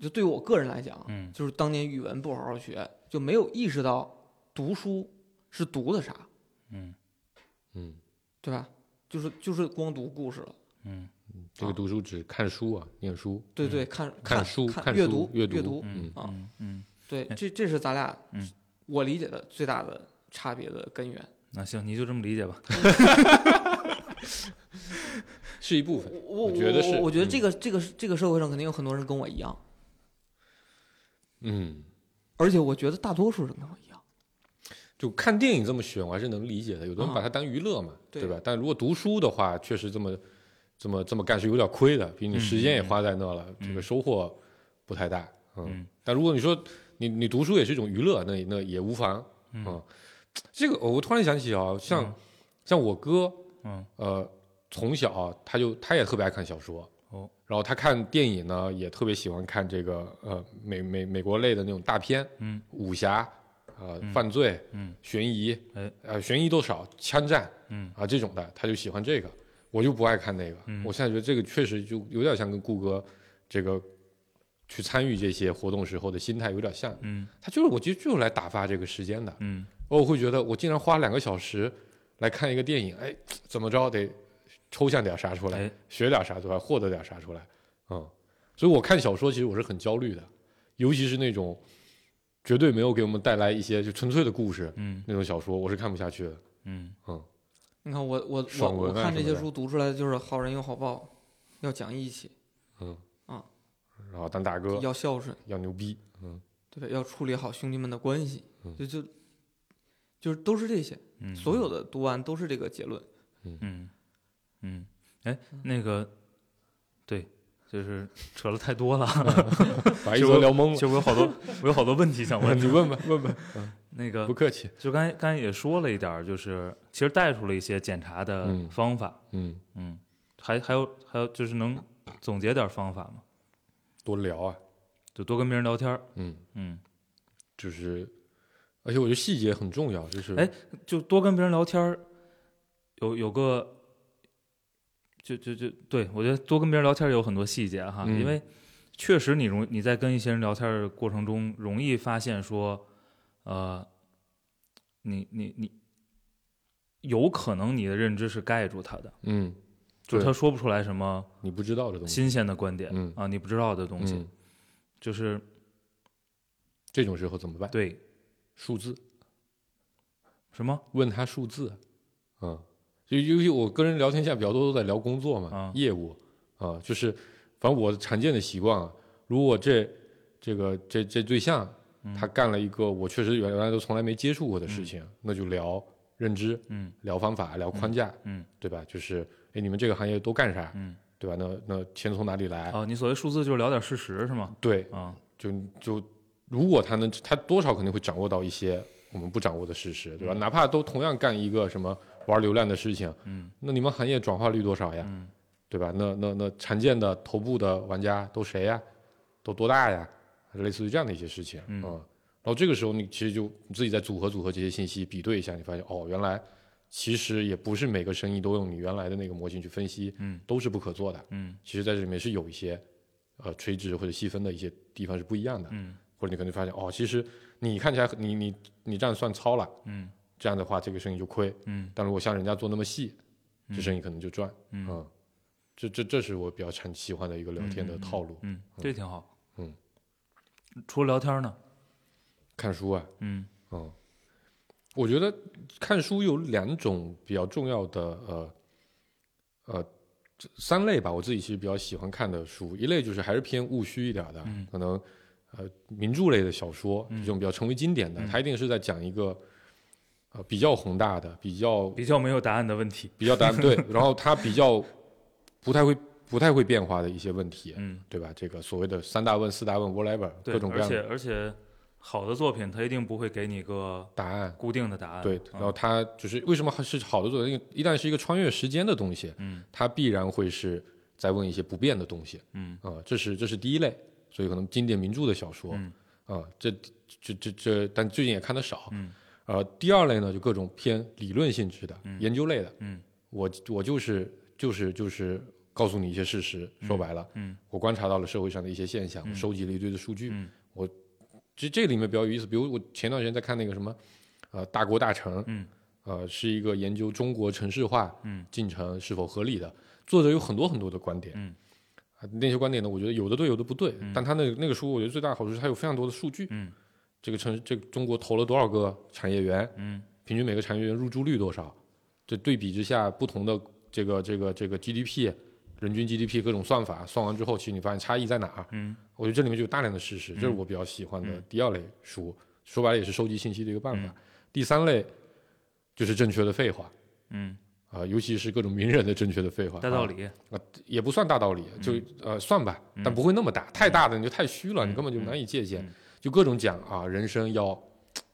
Speaker 3: 就对我个人来讲，
Speaker 4: 嗯
Speaker 3: 就是当年语文不好好学，就没有意识到读书是读的啥，
Speaker 4: 嗯
Speaker 5: 嗯，
Speaker 3: 对吧？就是就是光读故事了，
Speaker 4: 嗯
Speaker 5: 这个读书只看书啊，念书。
Speaker 3: 对对，看
Speaker 5: 看
Speaker 3: 看
Speaker 5: 书
Speaker 3: 看
Speaker 5: 看
Speaker 3: 阅
Speaker 5: 书
Speaker 3: 读
Speaker 5: 阅
Speaker 3: 阅
Speaker 5: 读
Speaker 4: 嗯
Speaker 3: 啊
Speaker 4: 嗯嗯。
Speaker 3: 对，这这是咱俩
Speaker 4: 嗯
Speaker 3: 我理解的最大的差别的根源。
Speaker 4: 那行，你就这么理解吧。
Speaker 5: 是一部分。
Speaker 3: 我
Speaker 5: 我觉得是
Speaker 3: 我我觉得这
Speaker 5: 嗯
Speaker 3: 个这个这个社会上肯定有很多人跟我一样，
Speaker 5: 嗯，
Speaker 3: 而且我觉得大多数人跟我一样。
Speaker 5: 就看电影这么选，我还是能理解的。有的人
Speaker 3: 啊
Speaker 5: 把它当娱乐嘛，
Speaker 3: 对
Speaker 5: 对吧？但如果读书的话，确实这么这么这么干是有点亏的，比如你时间也花在那了，这个收获不太大。嗯，
Speaker 4: 嗯
Speaker 5: 但如果你说你你读书也是一种娱乐，那那也无妨。嗯，这个我突然想起啊，像、像我哥，
Speaker 4: 嗯，
Speaker 5: 呃，从小啊、他就他也特别爱看小说。
Speaker 4: 哦，
Speaker 5: 然后他看电影呢，也特别喜欢看这个呃美美美国类的那种大片，
Speaker 4: 嗯，
Speaker 5: 武侠，呃，犯罪，
Speaker 4: 嗯，
Speaker 5: 悬疑，
Speaker 4: 哎，
Speaker 5: 呃，悬疑多少，枪战，
Speaker 4: 嗯
Speaker 5: 啊这种的，他就喜欢这个，我就不爱看那个。
Speaker 4: 嗯
Speaker 5: 我现在觉得这个确实就有点像跟顾哥这个去参与这些活动时候的心态有点像，
Speaker 4: 嗯
Speaker 5: 他就是我就就是来打发这个时间的。
Speaker 4: 嗯
Speaker 5: 我会觉得我竟然花两个小时来看一个电影，哎，怎么着得抽象点啥出来，
Speaker 4: 哎
Speaker 5: 学点啥出来，获得点啥出来，嗯，所以我看小说其实我是很焦虑的，尤其是那种绝对没有给我们带来一些就纯粹的故事
Speaker 4: 嗯
Speaker 5: 那种小说，我是看不下去的。
Speaker 4: 嗯
Speaker 3: 你看我我我
Speaker 5: 爽文
Speaker 3: 我
Speaker 5: 啊
Speaker 3: 看
Speaker 5: 什
Speaker 3: 这
Speaker 5: 么
Speaker 3: 些
Speaker 5: 的
Speaker 3: 书读出来的就是好人有好报，要讲义气，
Speaker 5: 然后当大哥
Speaker 3: 要孝顺，
Speaker 5: 要牛逼，
Speaker 3: 对吧？要处理好兄弟们的关系，
Speaker 5: 嗯
Speaker 3: 就就就是都是这些，
Speaker 4: 嗯，
Speaker 3: 所有的读完都是这个结论。
Speaker 4: 嗯嗯，哎，那个，对，就是扯了太多了，
Speaker 5: 把一泽聊
Speaker 4: 其
Speaker 5: 懵
Speaker 4: 实我嗯有好多，嗯我 有好多问题 想
Speaker 5: 了。
Speaker 4: 问
Speaker 5: 你问吧，问吧，
Speaker 4: 那个
Speaker 5: 不，客气。
Speaker 4: 就刚才刚才也说了一点儿，就是其实带出了一些检查的
Speaker 5: 嗯
Speaker 4: 方法，
Speaker 5: 嗯，
Speaker 4: 嗯，还还有还有就是能总结点儿方法嘛，
Speaker 5: 多聊啊，
Speaker 4: 就多跟别人聊天儿，
Speaker 5: 嗯，
Speaker 4: 嗯，
Speaker 5: 就是，而且我觉得细节很重要，就是
Speaker 4: 哎就多跟别人聊天儿，有有个，就就就对我觉得多跟别人聊天儿有很多细节哈，
Speaker 5: 嗯
Speaker 4: 因为确实你容你在跟一些人聊天儿的过程中，容易发现说，呃，你你你，有可能你的认知是盖住他的，
Speaker 5: 嗯，
Speaker 4: 就是
Speaker 5: 对
Speaker 4: 他说不出来什么
Speaker 5: 你不知道的东西，
Speaker 4: 新鲜的观点、
Speaker 5: 嗯
Speaker 4: 啊，你不知道的东西，
Speaker 5: 嗯，
Speaker 4: 就是
Speaker 5: 这种时候怎么办？
Speaker 4: 对
Speaker 5: 数字，
Speaker 4: 什么
Speaker 5: 问他数字，嗯，就尤其我跟人聊天现在比较多都在聊工作嘛，
Speaker 4: 啊
Speaker 5: 业务啊，就是反正我常见的习惯啊，如果这这个这这对象
Speaker 4: 嗯
Speaker 5: 他干了一个我确实原来都从来没接触过的事情，那就聊认知，
Speaker 4: 嗯，
Speaker 5: 聊方法，聊框架，
Speaker 4: 嗯
Speaker 5: 对吧？就是哎，你们这个行业都干啥？
Speaker 4: 嗯，
Speaker 5: 对吧？那那钱从哪里来？
Speaker 4: 啊？你所谓数字就是聊点事实是吗？
Speaker 5: 哎对，
Speaker 4: 啊，
Speaker 5: 就就如果他能，他多少肯定会掌握到一些我们不掌握的事实，对吧？哪怕都同样干一个什么玩流量的事情，
Speaker 4: 嗯，
Speaker 5: 那你们行业转化率多少呀？
Speaker 4: 嗯
Speaker 5: 对吧？那那那常见的头部的玩家都谁呀？都多大呀？类似于这样的一些事情，啊
Speaker 4: 嗯
Speaker 5: 然后这个时候你其实就你自己再组合组合这些信息，比对一下，你发现哦，原来其实也不是每个生意都用你原来的那个模型去分析，
Speaker 4: 嗯
Speaker 5: 都是不可做的。
Speaker 4: 嗯
Speaker 5: 其实在这里面是有一些呃垂直或者细分的一些地方是不一样的，
Speaker 4: 嗯
Speaker 5: 或者你可能发现哦，其实你看起来你你你这样算超了，
Speaker 4: 嗯
Speaker 5: 这样的话这个生意就亏，
Speaker 4: 嗯
Speaker 5: 但如果像人家做那么细，这
Speaker 4: 嗯
Speaker 5: 生意可能就赚，
Speaker 4: 嗯
Speaker 5: 嗯，这这这是我比较常喜欢的一个聊天的套路，
Speaker 4: 嗯，这挺好。
Speaker 5: 嗯，
Speaker 4: 除了聊天呢，
Speaker 5: 看书啊，
Speaker 4: 嗯
Speaker 5: 嗯，我觉得看书有两种比较重要的呃呃这三类吧，我自己其实比较喜欢看的书，一类就是还是偏务虚一点的，
Speaker 4: 嗯
Speaker 5: 可能呃名著类的小说，
Speaker 4: 嗯
Speaker 5: 这种比较成为经典的，
Speaker 4: 嗯
Speaker 5: 它一定是在讲一个呃比较宏大的、比 较
Speaker 4: 比较没有答案的问题。
Speaker 5: 比较答案对，然后它比较不太会不太会变化的一些问题，
Speaker 4: 嗯，
Speaker 5: 对吧？这个所谓的三大问、四大问 whatever
Speaker 4: 对，
Speaker 5: 各种各
Speaker 4: 而
Speaker 5: 样
Speaker 4: 且
Speaker 5: 的
Speaker 4: 而且好的作品，它一定不会给你个
Speaker 5: 答案，
Speaker 4: 固定的答案。
Speaker 5: 对，
Speaker 4: 啊
Speaker 5: 然后它就是为什么还是好的作品？因为一旦是一个穿越时间的东西，
Speaker 4: 嗯
Speaker 5: 它必然会是在问一些不变的东西
Speaker 4: 嗯
Speaker 5: 啊、这是这是第一类，所以可能经典名著的小说啊、
Speaker 4: 嗯
Speaker 5: 这这这这，但最近也看的少。
Speaker 4: 嗯
Speaker 5: 呃，第二类呢，就各种偏理论性质的、
Speaker 4: 嗯
Speaker 5: 研究类的。
Speaker 4: 嗯
Speaker 5: 我我就是就是就是告诉你一些事实，说白了，
Speaker 4: 嗯
Speaker 5: 我观察到了社会上的一些现象，
Speaker 4: 嗯
Speaker 5: 我收集了一堆的数据。
Speaker 4: 嗯
Speaker 5: 其实这里面比较有意思，比如我前段时间在看那个什么，呃，大国大城，
Speaker 4: 嗯
Speaker 5: 呃，是一个研究中国城市化
Speaker 4: 嗯
Speaker 5: 进程是否合理的，作者有很多很多的观点。
Speaker 4: 嗯
Speaker 5: 啊那些观点呢，我觉得有的对，有的不对。
Speaker 4: 嗯
Speaker 5: 但他那那个书，我觉得最大的好处是它有非常多的数据。
Speaker 4: 嗯
Speaker 5: 这个城，这个中国投了多少个产业园，
Speaker 4: 嗯
Speaker 5: 平均每个产业园入驻率多少？这对比之下，不同的这个这个这个 GDP、人均 GDP 各种算法，算完之后，其实你发现差异在哪儿？
Speaker 4: 嗯
Speaker 5: 我觉得这里面就有大量的事实，
Speaker 4: 嗯
Speaker 5: 这是我比较喜欢的
Speaker 4: 嗯
Speaker 5: 第二类书。说白了也是收集信息的一个办法。
Speaker 4: 嗯
Speaker 5: 第三类就是正确的废话
Speaker 4: 嗯，
Speaker 5: 啊、尤其是各种名人的正确的废话，
Speaker 4: 大道
Speaker 5: 啊、
Speaker 4: 理，
Speaker 5: 也不算大道理，就、呃算吧，但不会那么大，太大的你就太虚了，
Speaker 4: 嗯
Speaker 5: 你根本就难以借鉴。
Speaker 4: 嗯嗯
Speaker 5: 就各种讲啊，人生要。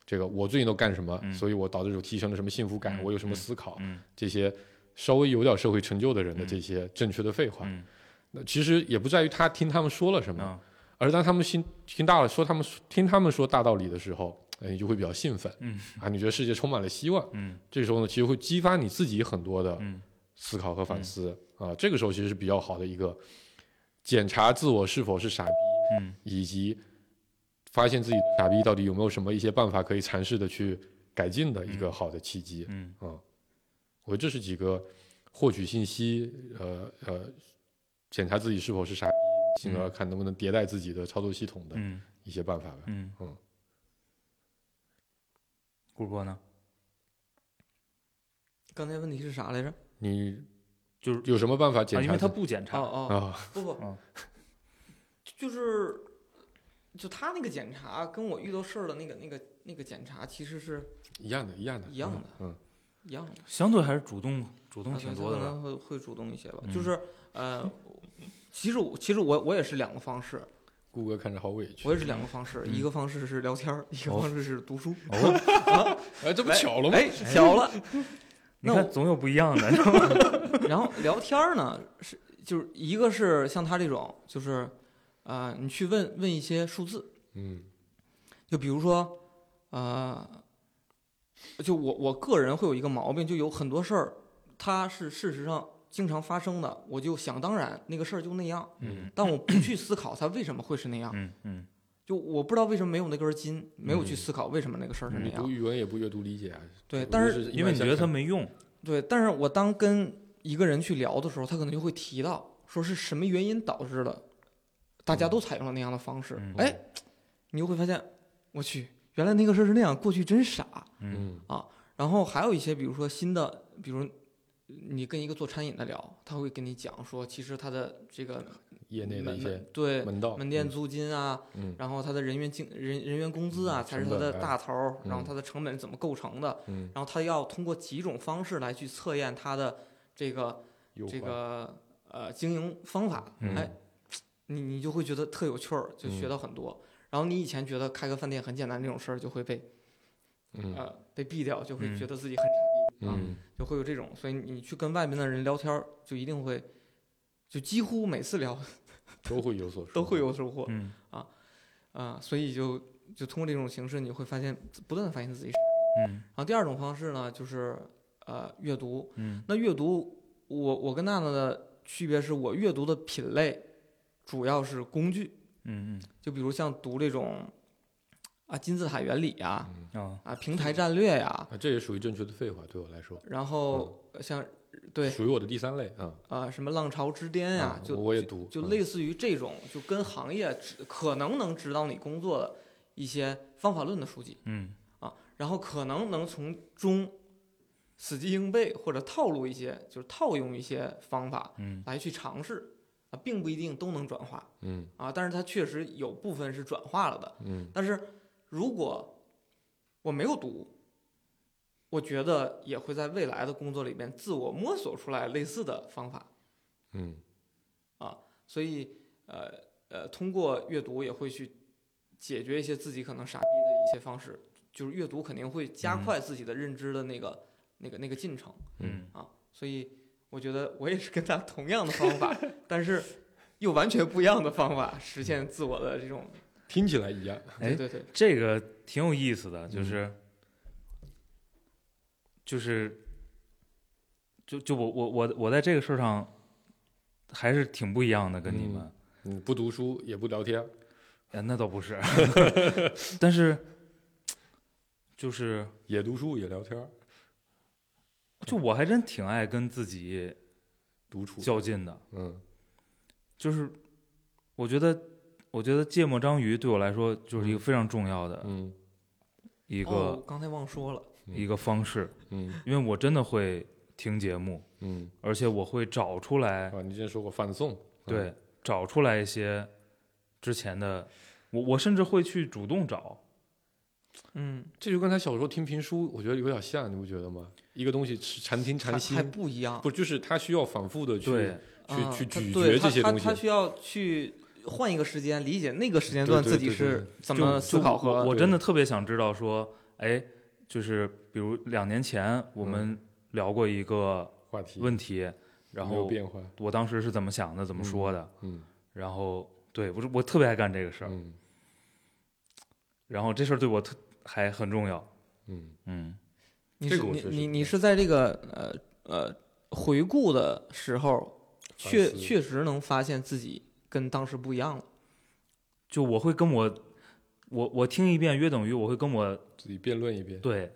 Speaker 5: 这个我最近都干什么？
Speaker 4: 嗯
Speaker 5: 所以我导致有提升了什么幸福感？
Speaker 4: 嗯
Speaker 5: 我有什么
Speaker 4: 嗯
Speaker 5: 思考？
Speaker 4: 嗯
Speaker 5: 这些稍微有点社会成就的人的
Speaker 4: 嗯
Speaker 5: 这些正确的废话，
Speaker 4: 嗯
Speaker 5: 那其实也不在于他听他们说了什么，
Speaker 4: 啊
Speaker 5: 而当他们听听大了说他们听他们说大道理的时候，哎，你就会比较兴奋
Speaker 4: 嗯
Speaker 5: 啊，你觉得世界充满了希望。
Speaker 4: 嗯
Speaker 5: 这时候呢，其实会激发你自己很多的
Speaker 4: 嗯
Speaker 5: 思考和反思、啊。这个时候其实是比较好的一个检查自我是否是傻逼，
Speaker 4: 嗯
Speaker 5: 以及发现自己傻逼到底有没有什么一些办法可以尝试的去改进的一个好的契机。
Speaker 4: 嗯
Speaker 5: 我觉得这是几个获取信息，呃呃，检查自己是否是傻逼，进而看能不能迭代自己的操作系统的
Speaker 4: 嗯
Speaker 5: 一些办法吧。
Speaker 4: 嗯嗯。顾波呢？
Speaker 3: 刚才问题是啥来着？
Speaker 5: 你
Speaker 4: 就是
Speaker 5: 有什么办法
Speaker 4: 啊，
Speaker 5: 检
Speaker 4: 因
Speaker 5: 查
Speaker 4: 为他
Speaker 5: 自己？
Speaker 4: 不检查，
Speaker 3: 哦哦，
Speaker 5: 啊，
Speaker 3: 不不
Speaker 4: 嗯，
Speaker 3: 就是就他那个检查跟我遇到事儿的那个那个那个检查其实是
Speaker 5: 一样的，一样的，
Speaker 3: 一样的
Speaker 5: 嗯。嗯，
Speaker 3: 一样的。
Speaker 4: 相对还是主动主动
Speaker 3: 啊
Speaker 4: 挺
Speaker 3: 对
Speaker 4: 多
Speaker 3: 他
Speaker 4: 的
Speaker 3: 可
Speaker 4: 吧。
Speaker 3: 能会会主动一些吧。
Speaker 4: 嗯
Speaker 3: 就是呃，其实我其实我我也是两个方式，
Speaker 5: 顾哥看着好委屈
Speaker 3: 我。也是两个方式，
Speaker 5: 嗯
Speaker 3: 一个方式是聊天儿，一个
Speaker 4: 哦
Speaker 3: 方式是读书。
Speaker 4: 哦，
Speaker 5: 哎，这不巧了吗？
Speaker 3: 哎，巧 了。
Speaker 4: 你
Speaker 3: 那我
Speaker 4: 看总有不一样的。
Speaker 3: 然后聊天儿呢，是就是一个是像他这种，就是呃，你去问问一些数字，
Speaker 5: 嗯
Speaker 3: 就比如说呃，就我我个人会有一个毛病，就有很多事儿，它是事实上经常发生的，我就想当然那个事儿就那样，
Speaker 4: 嗯
Speaker 3: 但我不去思考它为什么会是那样，
Speaker 4: 嗯嗯
Speaker 3: 就我不知道为什么没有那根筋，没有去思考为什么那个事儿是那
Speaker 5: 嗯你
Speaker 3: 样。
Speaker 5: 读语文也不阅读理解啊？
Speaker 3: 对，
Speaker 5: 我
Speaker 3: 但
Speaker 5: 就是是一
Speaker 4: 因为
Speaker 5: 般
Speaker 4: 你
Speaker 5: 想
Speaker 4: 觉得他
Speaker 5: 想
Speaker 4: 没用。
Speaker 3: 对，但是我当跟一个人去聊的时候，他可能就会提到说是什么原因导致的，大家都采用了那样的方式
Speaker 4: 嗯。
Speaker 3: 哎、你就会发现，我去，原来那个事儿是那样，过去真傻。
Speaker 4: 嗯
Speaker 5: 嗯
Speaker 3: 然后还有一些，比如说新的，比如你跟一个做餐饮的聊，他会跟你讲说，其实他的这个
Speaker 5: 业内的
Speaker 3: 门
Speaker 5: 一些
Speaker 3: 门对
Speaker 5: 门道
Speaker 3: 门店租金啊，
Speaker 5: 哦嗯
Speaker 3: 然后他的人员经人人员工资啊，
Speaker 5: 嗯
Speaker 3: 才是
Speaker 5: 成
Speaker 3: 他的
Speaker 5: 本啊
Speaker 3: 大头儿，然后
Speaker 5: 嗯
Speaker 3: 他的成本怎么构成的，
Speaker 5: 嗯
Speaker 3: 然后他要通过几种方式来去测验他的这个
Speaker 5: 优
Speaker 3: 这
Speaker 5: 化
Speaker 3: 个呃经营方法，
Speaker 4: 嗯
Speaker 3: 哎，你你就会觉得特有趣儿，就
Speaker 5: 嗯
Speaker 3: 学到很多。然后你以前觉得开个饭店很简单这种事儿，就会被
Speaker 5: 嗯
Speaker 3: 呃被毙掉，就会
Speaker 4: 嗯
Speaker 3: 觉得自己很傻逼、啊，
Speaker 5: 嗯
Speaker 3: 就会有这种。所以你去跟外面的人聊天儿，就一定会，就几乎每次聊
Speaker 5: 都会有所说
Speaker 3: 都会有收获啊、
Speaker 4: 嗯
Speaker 3: 所以就就通过这种形式，你会发现不断的发现自己。
Speaker 4: 嗯
Speaker 3: 然后第二种方式呢，就是呃阅读，
Speaker 4: 嗯
Speaker 3: 那阅读，我我跟娜娜的区别是我阅读的品类主要是工具，
Speaker 4: 嗯
Speaker 3: 就比如像读这种啊金字塔原理呀、
Speaker 5: 嗯
Speaker 4: 嗯啊
Speaker 3: 啊平台战略呀、
Speaker 5: 啊，这也属于正确的废话，对我来说，
Speaker 3: 然后像对
Speaker 5: 属于我的第三类啊。
Speaker 3: 啊什么浪潮之巅呀、
Speaker 5: 啊
Speaker 3: 就
Speaker 5: 我也
Speaker 3: 就
Speaker 5: 读
Speaker 3: 就
Speaker 5: 嗯
Speaker 3: 类似于这种，就跟行业指可能能指导你工作的一些方法论的书籍，
Speaker 4: 嗯
Speaker 3: 然后可能能从中死记硬背或者套路一些，就是套用一些方法，
Speaker 4: 嗯
Speaker 3: 来去尝试啊，并不一定都能转化
Speaker 5: 嗯
Speaker 3: 啊，但是它确实有部分是转化了的。
Speaker 5: 嗯
Speaker 3: 但是如果我没有读，我觉得也会在未来的工作里面自我摸索出来类似的方法，
Speaker 5: 嗯
Speaker 3: 所以呃呃，通过阅读也会去解决一些自己可能傻逼的一些方式，就是阅读肯定会加
Speaker 4: 嗯
Speaker 3: 快自己的认知的那个、那个那个进程。
Speaker 4: 嗯
Speaker 3: 所以我觉得我也是跟他同样的方法，但是又完全不一样的方法实现自我的这种
Speaker 5: 听起来一样。
Speaker 4: 哎
Speaker 3: 对对对，
Speaker 4: 这个挺有意思的，就是、就是就就我我我我在这个事儿上还是挺不一样的，跟你们。
Speaker 5: 嗯，不读书也不聊天，
Speaker 4: 哎，那倒不是，但是就是
Speaker 5: 也读书也聊天，
Speaker 4: 就我还真挺爱跟自己
Speaker 5: 独处。
Speaker 4: 较劲的，
Speaker 5: 嗯
Speaker 4: 就是我觉得我觉得芥末章鱼对我来说就是一个非常重要的
Speaker 5: 嗯
Speaker 4: 一个、
Speaker 3: 哦，刚才忘说了，
Speaker 5: 嗯
Speaker 4: 一个方式，
Speaker 5: 嗯
Speaker 4: 因为我真的会听节目，
Speaker 5: 嗯。
Speaker 4: 而且我会找出
Speaker 3: 哎
Speaker 4: 来，
Speaker 5: 啊，你之前说过反送。
Speaker 4: 对，找出来一些之前的，我我甚至会去主动找，
Speaker 3: 嗯，
Speaker 5: 这就跟他小时候听评书，我觉得有点像，你不觉得吗？一个东西是禅
Speaker 3: 还
Speaker 5: 听禅
Speaker 3: 还
Speaker 5: 心，
Speaker 3: 不一样，
Speaker 5: 不就是他需要反复的去
Speaker 4: 对，
Speaker 3: 啊
Speaker 5: 去去
Speaker 3: 他
Speaker 5: 咀
Speaker 3: 对
Speaker 5: 嚼
Speaker 3: 他
Speaker 5: 这些
Speaker 3: 他
Speaker 5: 东西
Speaker 3: 他需要去换一个时间，理解那个时间段
Speaker 5: 对
Speaker 3: 自
Speaker 5: 对
Speaker 3: 己
Speaker 5: 对对
Speaker 3: 是怎么
Speaker 4: 就
Speaker 3: 思
Speaker 4: 就
Speaker 3: 考
Speaker 4: 我
Speaker 3: 和
Speaker 4: 我
Speaker 5: 对
Speaker 4: 真的特别想知道说，哎，就是比如两年前我们聊过一个
Speaker 5: 话题
Speaker 4: 问题，然
Speaker 5: 有没有
Speaker 4: 后
Speaker 5: 变化，
Speaker 4: 我当时是怎么想的，怎么说的，
Speaker 5: 嗯
Speaker 4: 然后对我是我特别爱干这个事儿，
Speaker 5: 嗯
Speaker 4: 然后这事儿对我特还很重要，
Speaker 5: 嗯，
Speaker 4: 嗯，
Speaker 3: 你
Speaker 5: 这
Speaker 3: 是
Speaker 5: 个我
Speaker 3: 你
Speaker 5: 确实
Speaker 3: 你
Speaker 5: 不
Speaker 3: 你
Speaker 5: 太
Speaker 3: 是在这个呃呃回顾的时候，
Speaker 5: 反
Speaker 3: 确
Speaker 5: 思
Speaker 3: 确实能发现自己跟当时不一样了。
Speaker 4: 就我会跟我我我听一遍约等于我会跟我
Speaker 5: 自己辩论一遍，
Speaker 4: 对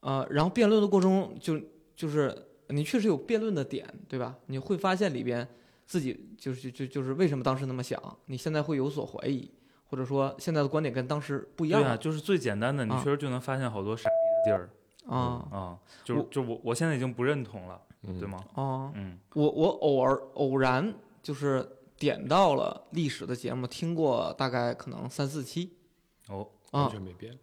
Speaker 3: 呃，然后辩论的过程中就就是你确实有辩论的点，对吧？你会发现里边自己就是就就是为什么当时那么想，你现在会有所怀疑，或者说现在的观点跟当时不一样
Speaker 4: 对啊，
Speaker 3: 了
Speaker 4: 就是最简单的，你
Speaker 3: 啊
Speaker 4: 确实就能发现好多傻逼的地儿
Speaker 3: 啊
Speaker 4: 啊，就就我我现在已经不认同了，
Speaker 5: 嗯
Speaker 4: 对？吗？
Speaker 3: 啊！
Speaker 4: 嗯
Speaker 3: 我我偶尔偶然就是点到了历史的节目，听过大概可能三四期
Speaker 4: 哦，
Speaker 5: 完
Speaker 3: 啊，
Speaker 5: 全没变。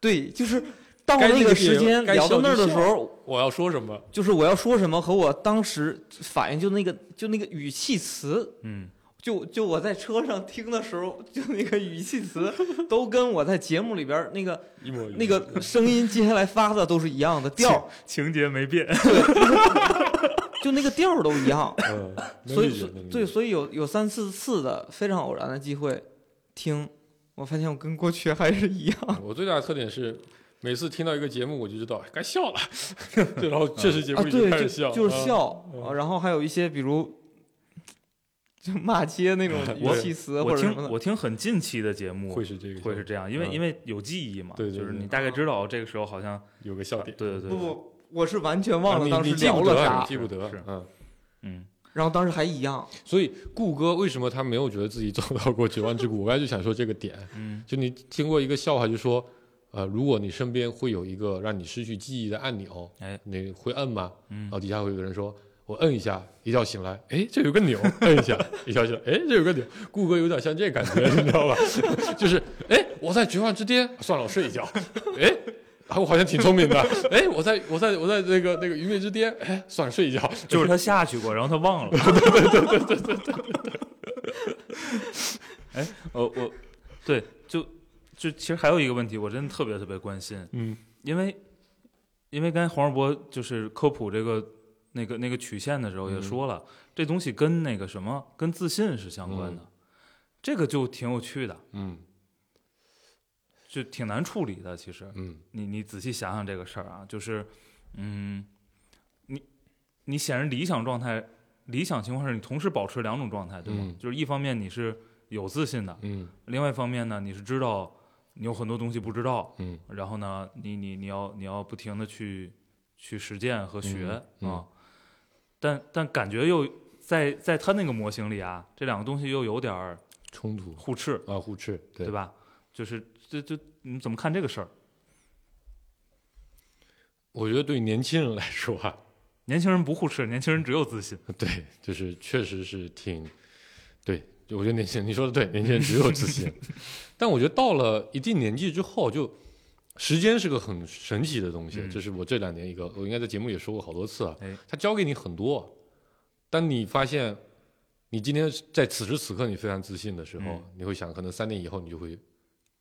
Speaker 3: 对，就是到
Speaker 5: 该
Speaker 3: 那
Speaker 5: 那
Speaker 3: 个
Speaker 5: 个
Speaker 3: 时
Speaker 5: 点
Speaker 3: 间
Speaker 5: 该
Speaker 3: 聊
Speaker 5: 笑
Speaker 3: 到那儿
Speaker 5: 就
Speaker 3: 的时
Speaker 5: 笑
Speaker 3: 候，
Speaker 5: 我要说什么？
Speaker 3: 就是我要说什么和我当时反应就那个就那个语气词，
Speaker 4: 嗯，
Speaker 3: 就就我在车上听的时候，就那个语气词都跟我在节目里边儿那个
Speaker 5: 一模一样
Speaker 3: 那个声音接下来发的都是一样的调儿，
Speaker 4: 情节没变，
Speaker 3: 就那个调儿都一样。
Speaker 5: 嗯，能
Speaker 3: 所以
Speaker 5: 理解
Speaker 3: 所
Speaker 5: 能理
Speaker 3: 对，
Speaker 5: 解
Speaker 3: 所以有有三四次的非常偶然的机会听，我发现我跟过去还是一样。
Speaker 5: 我最大的特点是，每次听到一个节目，我就知道哎该笑 了，对，然后确实节目
Speaker 3: 啊，
Speaker 5: 里就
Speaker 3: 对，
Speaker 5: 开
Speaker 3: 就
Speaker 5: 始笑，
Speaker 3: 就是
Speaker 5: 啊，
Speaker 3: 笑
Speaker 5: 嗯
Speaker 3: 啊，然后还有一些比如就骂街那种
Speaker 5: 我
Speaker 3: 语气词 或者
Speaker 4: 我
Speaker 3: 什
Speaker 4: 听
Speaker 3: 么的，
Speaker 4: 我听很近期的节目
Speaker 5: 会是这个，
Speaker 4: 会是这样，因为
Speaker 5: 嗯
Speaker 4: 因为有记忆嘛，
Speaker 5: 对对
Speaker 4: 就是
Speaker 5: 对嗯
Speaker 4: 你大概知道这个时候好像
Speaker 5: 有个笑点，
Speaker 4: 对对对，
Speaker 3: 不
Speaker 4: 对
Speaker 3: 不，我是完全忘
Speaker 5: 啊
Speaker 3: 了
Speaker 5: 你
Speaker 3: 当
Speaker 5: 你
Speaker 3: 时
Speaker 5: 记
Speaker 3: 聊
Speaker 5: 不
Speaker 3: 了
Speaker 5: 得
Speaker 3: 啥
Speaker 5: 你，记不得
Speaker 4: 是，
Speaker 5: 嗯。
Speaker 4: 嗯，
Speaker 3: 然后当时还一样，
Speaker 5: 所以顾哥为什么他没有觉得自己走到过绝望之谷？我刚才就想说这个点，
Speaker 4: 嗯，
Speaker 5: 就你听过一个笑话，就说，呃，如果你身边会有一个让你失去记忆的按钮，
Speaker 4: 哎，
Speaker 5: 你会摁吗？
Speaker 4: 嗯
Speaker 5: 然后底下会有个人说，我摁一下，一觉醒 来，哎，这有个钮，摁一下，一觉醒来，哎，这有个钮。 顾哥有点像这感觉，你知道吧？ 就是，哎，我在绝望之巅，算了，我睡一觉， 哎。啊，我好像挺聪明的。 哎，我在我在我在那个那个愚昧之巅，哎，算了，睡一觉。
Speaker 4: 就是他下去过，然后他忘了。哎，我我对，就就其实还有一个问题，我真的特别特别关心，
Speaker 5: 嗯
Speaker 4: 因为因为刚才黄世博就是科普这个那个那个曲线的时候也说了，这东西跟那个什么跟自信是相关的，这个就挺有趣的，
Speaker 5: 嗯
Speaker 4: 就挺难处理的。其实
Speaker 5: 嗯
Speaker 4: 你你仔细想想这个事儿啊，就是嗯，你你显然理想状态。理想情况是你同时保持两种状态，对吗？
Speaker 5: 嗯
Speaker 4: 就是一方面你是有自信的，
Speaker 5: 嗯
Speaker 4: 另外一方面呢，你是知道你有很多东西不知道，
Speaker 5: 嗯
Speaker 4: 然后呢，你你你要你要不停的去去实践和学啊、
Speaker 5: 嗯嗯
Speaker 4: 但但感觉又在在他那个模型里啊，这两个东西又有点儿
Speaker 5: 冲突
Speaker 4: 互斥，
Speaker 5: 啊，互斥，
Speaker 4: 对吧？就是这这你怎么看这个事儿？
Speaker 5: 我觉得对年轻人来说啊，
Speaker 4: 年轻人不互斥，年轻人只有自信。
Speaker 5: 对，就是确实是挺，对，我觉得年轻人你说的对，年轻人只有自 信，但我觉得到了一定年纪之后就。时间是个很神奇的东西，
Speaker 4: 嗯
Speaker 5: 这是我这两年一个，我应该在节目也说过好多次啊。
Speaker 4: 哎
Speaker 5: 它教给你很多，当你发现你今天在此时此刻你非常自信的时候，
Speaker 4: 嗯
Speaker 5: 你会想，可能三年以后你就会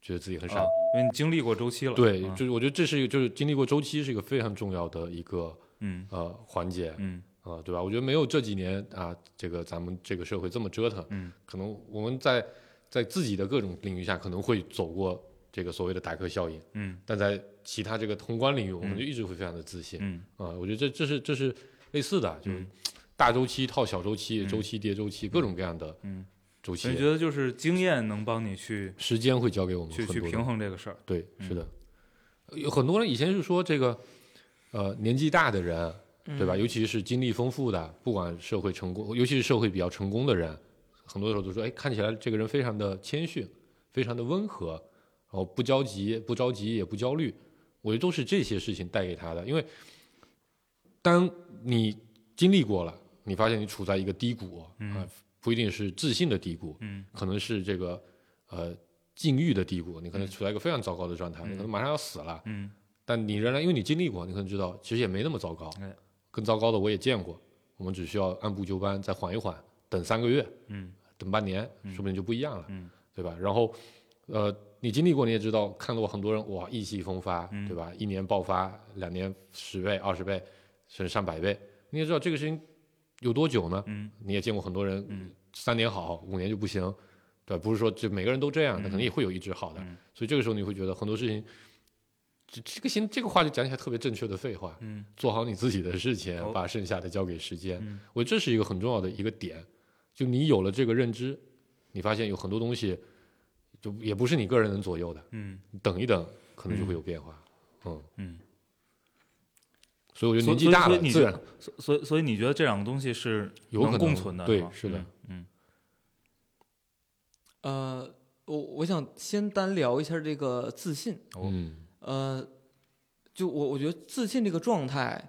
Speaker 5: 觉得自己很傻
Speaker 4: 啊，因为你经历过周期了。
Speaker 5: 对，
Speaker 4: 啊
Speaker 5: 就是我觉得这是一个，就是经历过周期是一个非常重要的一个
Speaker 4: 嗯
Speaker 5: 呃环节啊、
Speaker 4: 嗯
Speaker 5: 呃对吧？我觉得没有这几年啊，这个咱们这个社会这么折腾，
Speaker 4: 嗯
Speaker 5: 可能我们在在自己的各种领域下可能会走过这个所谓的达克效应，
Speaker 4: 嗯
Speaker 5: 但在其他这个宏观领域，我们
Speaker 4: 嗯
Speaker 5: 就一直会非常的自信啊、
Speaker 4: 嗯
Speaker 5: 我觉得这这是这是类似的，就是
Speaker 4: 嗯
Speaker 5: 大周期套小周期，
Speaker 4: 嗯
Speaker 5: 周期叠周期，各种各样的
Speaker 4: 嗯，
Speaker 5: 周
Speaker 4: 所以
Speaker 5: 期，
Speaker 4: 觉得就是经验能帮你去
Speaker 5: 时间会教给我们
Speaker 4: 去
Speaker 5: 很多
Speaker 4: 去
Speaker 5: 的
Speaker 4: 平衡这个事儿。
Speaker 5: 对，
Speaker 4: 嗯
Speaker 5: 是的，呃有很多人以前是说这个，呃，年纪大的人，对吧？尤其是经历丰富的，不管社会成功，尤其是社会比较成功的人，很多时候都说，哎，看起来这个人非常的谦逊，非常的温和，然后不焦急、不着急，也不焦虑。我觉得都是这些事情带给他的，因为当你经历过了，你发现你处在一个低谷啊、不一定是自信的低谷，
Speaker 4: 嗯
Speaker 5: 可能是这个呃禁欲的低谷，你可能
Speaker 4: 嗯
Speaker 5: 处在一个非常糟糕的状态，你可能马上要死了，
Speaker 4: 嗯
Speaker 5: 但你仍然因为你经历过，你可能知道其实也没那么糟糕
Speaker 4: 哎，
Speaker 5: 更糟糕的我也见过，我们只需要按部就班，再缓一缓，等三个月，
Speaker 4: 嗯
Speaker 5: 等半年，说不定就不一样了，
Speaker 4: 嗯
Speaker 5: 对吧？然后呃，你经历过你也知道，看到过很多人哇意气风发，
Speaker 4: 嗯
Speaker 5: 对吧？一年爆发，两年十倍、二十倍，甚至上百倍，你也知道这个事情有多久呢？
Speaker 4: 嗯
Speaker 5: 你也见过很多人，
Speaker 4: 嗯
Speaker 5: 三年好，五年就不行，对吧，不是说这每个人都这
Speaker 4: 嗯
Speaker 5: 样，他肯定也会有一只好的，
Speaker 4: 嗯
Speaker 5: 所以这个时候你会觉得很多事情，这这个行，这个话就讲起来特别正确的废话，
Speaker 4: 嗯
Speaker 5: 做好你自己的事情，
Speaker 4: 哦
Speaker 5: 把剩下的交给时间，
Speaker 4: 嗯
Speaker 5: 我觉得这是一个很重要的一个点，就你有了这个认知，你发现有很多东西就也不是你个人能左右的，
Speaker 4: 嗯
Speaker 5: 等一等可能就会
Speaker 4: 嗯
Speaker 5: 有变化，嗯，
Speaker 4: 嗯，
Speaker 5: 所以我
Speaker 4: 所所
Speaker 5: 觉得年纪
Speaker 4: 以
Speaker 5: 大
Speaker 4: 所
Speaker 5: 了
Speaker 4: 以，你
Speaker 5: 自
Speaker 4: 觉
Speaker 5: 然
Speaker 4: 所所以所以你觉得这两个东西是
Speaker 5: 有可
Speaker 4: 能
Speaker 5: 能
Speaker 4: 共存的？
Speaker 5: 对
Speaker 4: 吧
Speaker 5: 是的，
Speaker 4: 嗯
Speaker 3: 呃，我我想先单聊一下这个自信。
Speaker 4: 我
Speaker 5: 嗯
Speaker 3: 呃，就我我觉得自信这个状态，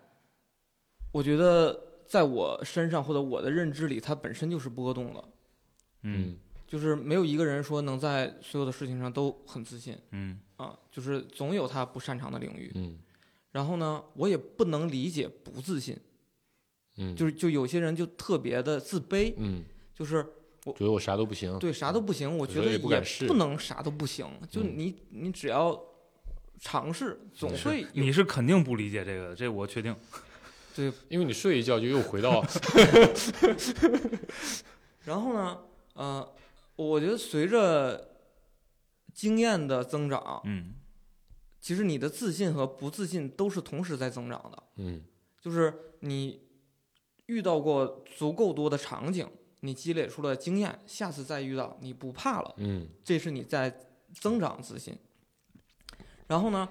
Speaker 3: 我觉得在我身上或者我的认知里，它本身就是波动的，
Speaker 4: 嗯
Speaker 5: 嗯
Speaker 3: 就是没有一个人说能在所有的事情上都很自信
Speaker 4: 嗯
Speaker 3: 啊，就是总有他不擅长的领域。
Speaker 5: 嗯
Speaker 3: 然后呢，我也不能理解不自信，
Speaker 5: 嗯，
Speaker 3: 就是是就有些人就特别的自卑，
Speaker 5: 嗯，
Speaker 3: 就是
Speaker 5: 觉得我啥都不行，
Speaker 3: 对，啥都不行，我
Speaker 5: 嗯有
Speaker 3: 觉
Speaker 5: 时候
Speaker 3: 得
Speaker 5: 也
Speaker 3: 也
Speaker 5: 不敢试
Speaker 3: 不能啥都不行，就
Speaker 5: 嗯
Speaker 3: 你你只要尝试，总
Speaker 5: 是
Speaker 3: 会有
Speaker 4: 你是肯定不理解这个的，这我确定。
Speaker 3: 对。
Speaker 5: 因为你睡一觉就又回 到
Speaker 3: 然后呢，呃，我觉得随着经验的增长，
Speaker 4: 嗯
Speaker 3: 其实你的自信和不自信都是同时在增长的，
Speaker 5: 嗯
Speaker 3: 就是你遇到过足够多的场景，你积累出了经验，下次再遇到你不怕了。
Speaker 5: 嗯
Speaker 3: 这是你在增长自信。然后呢，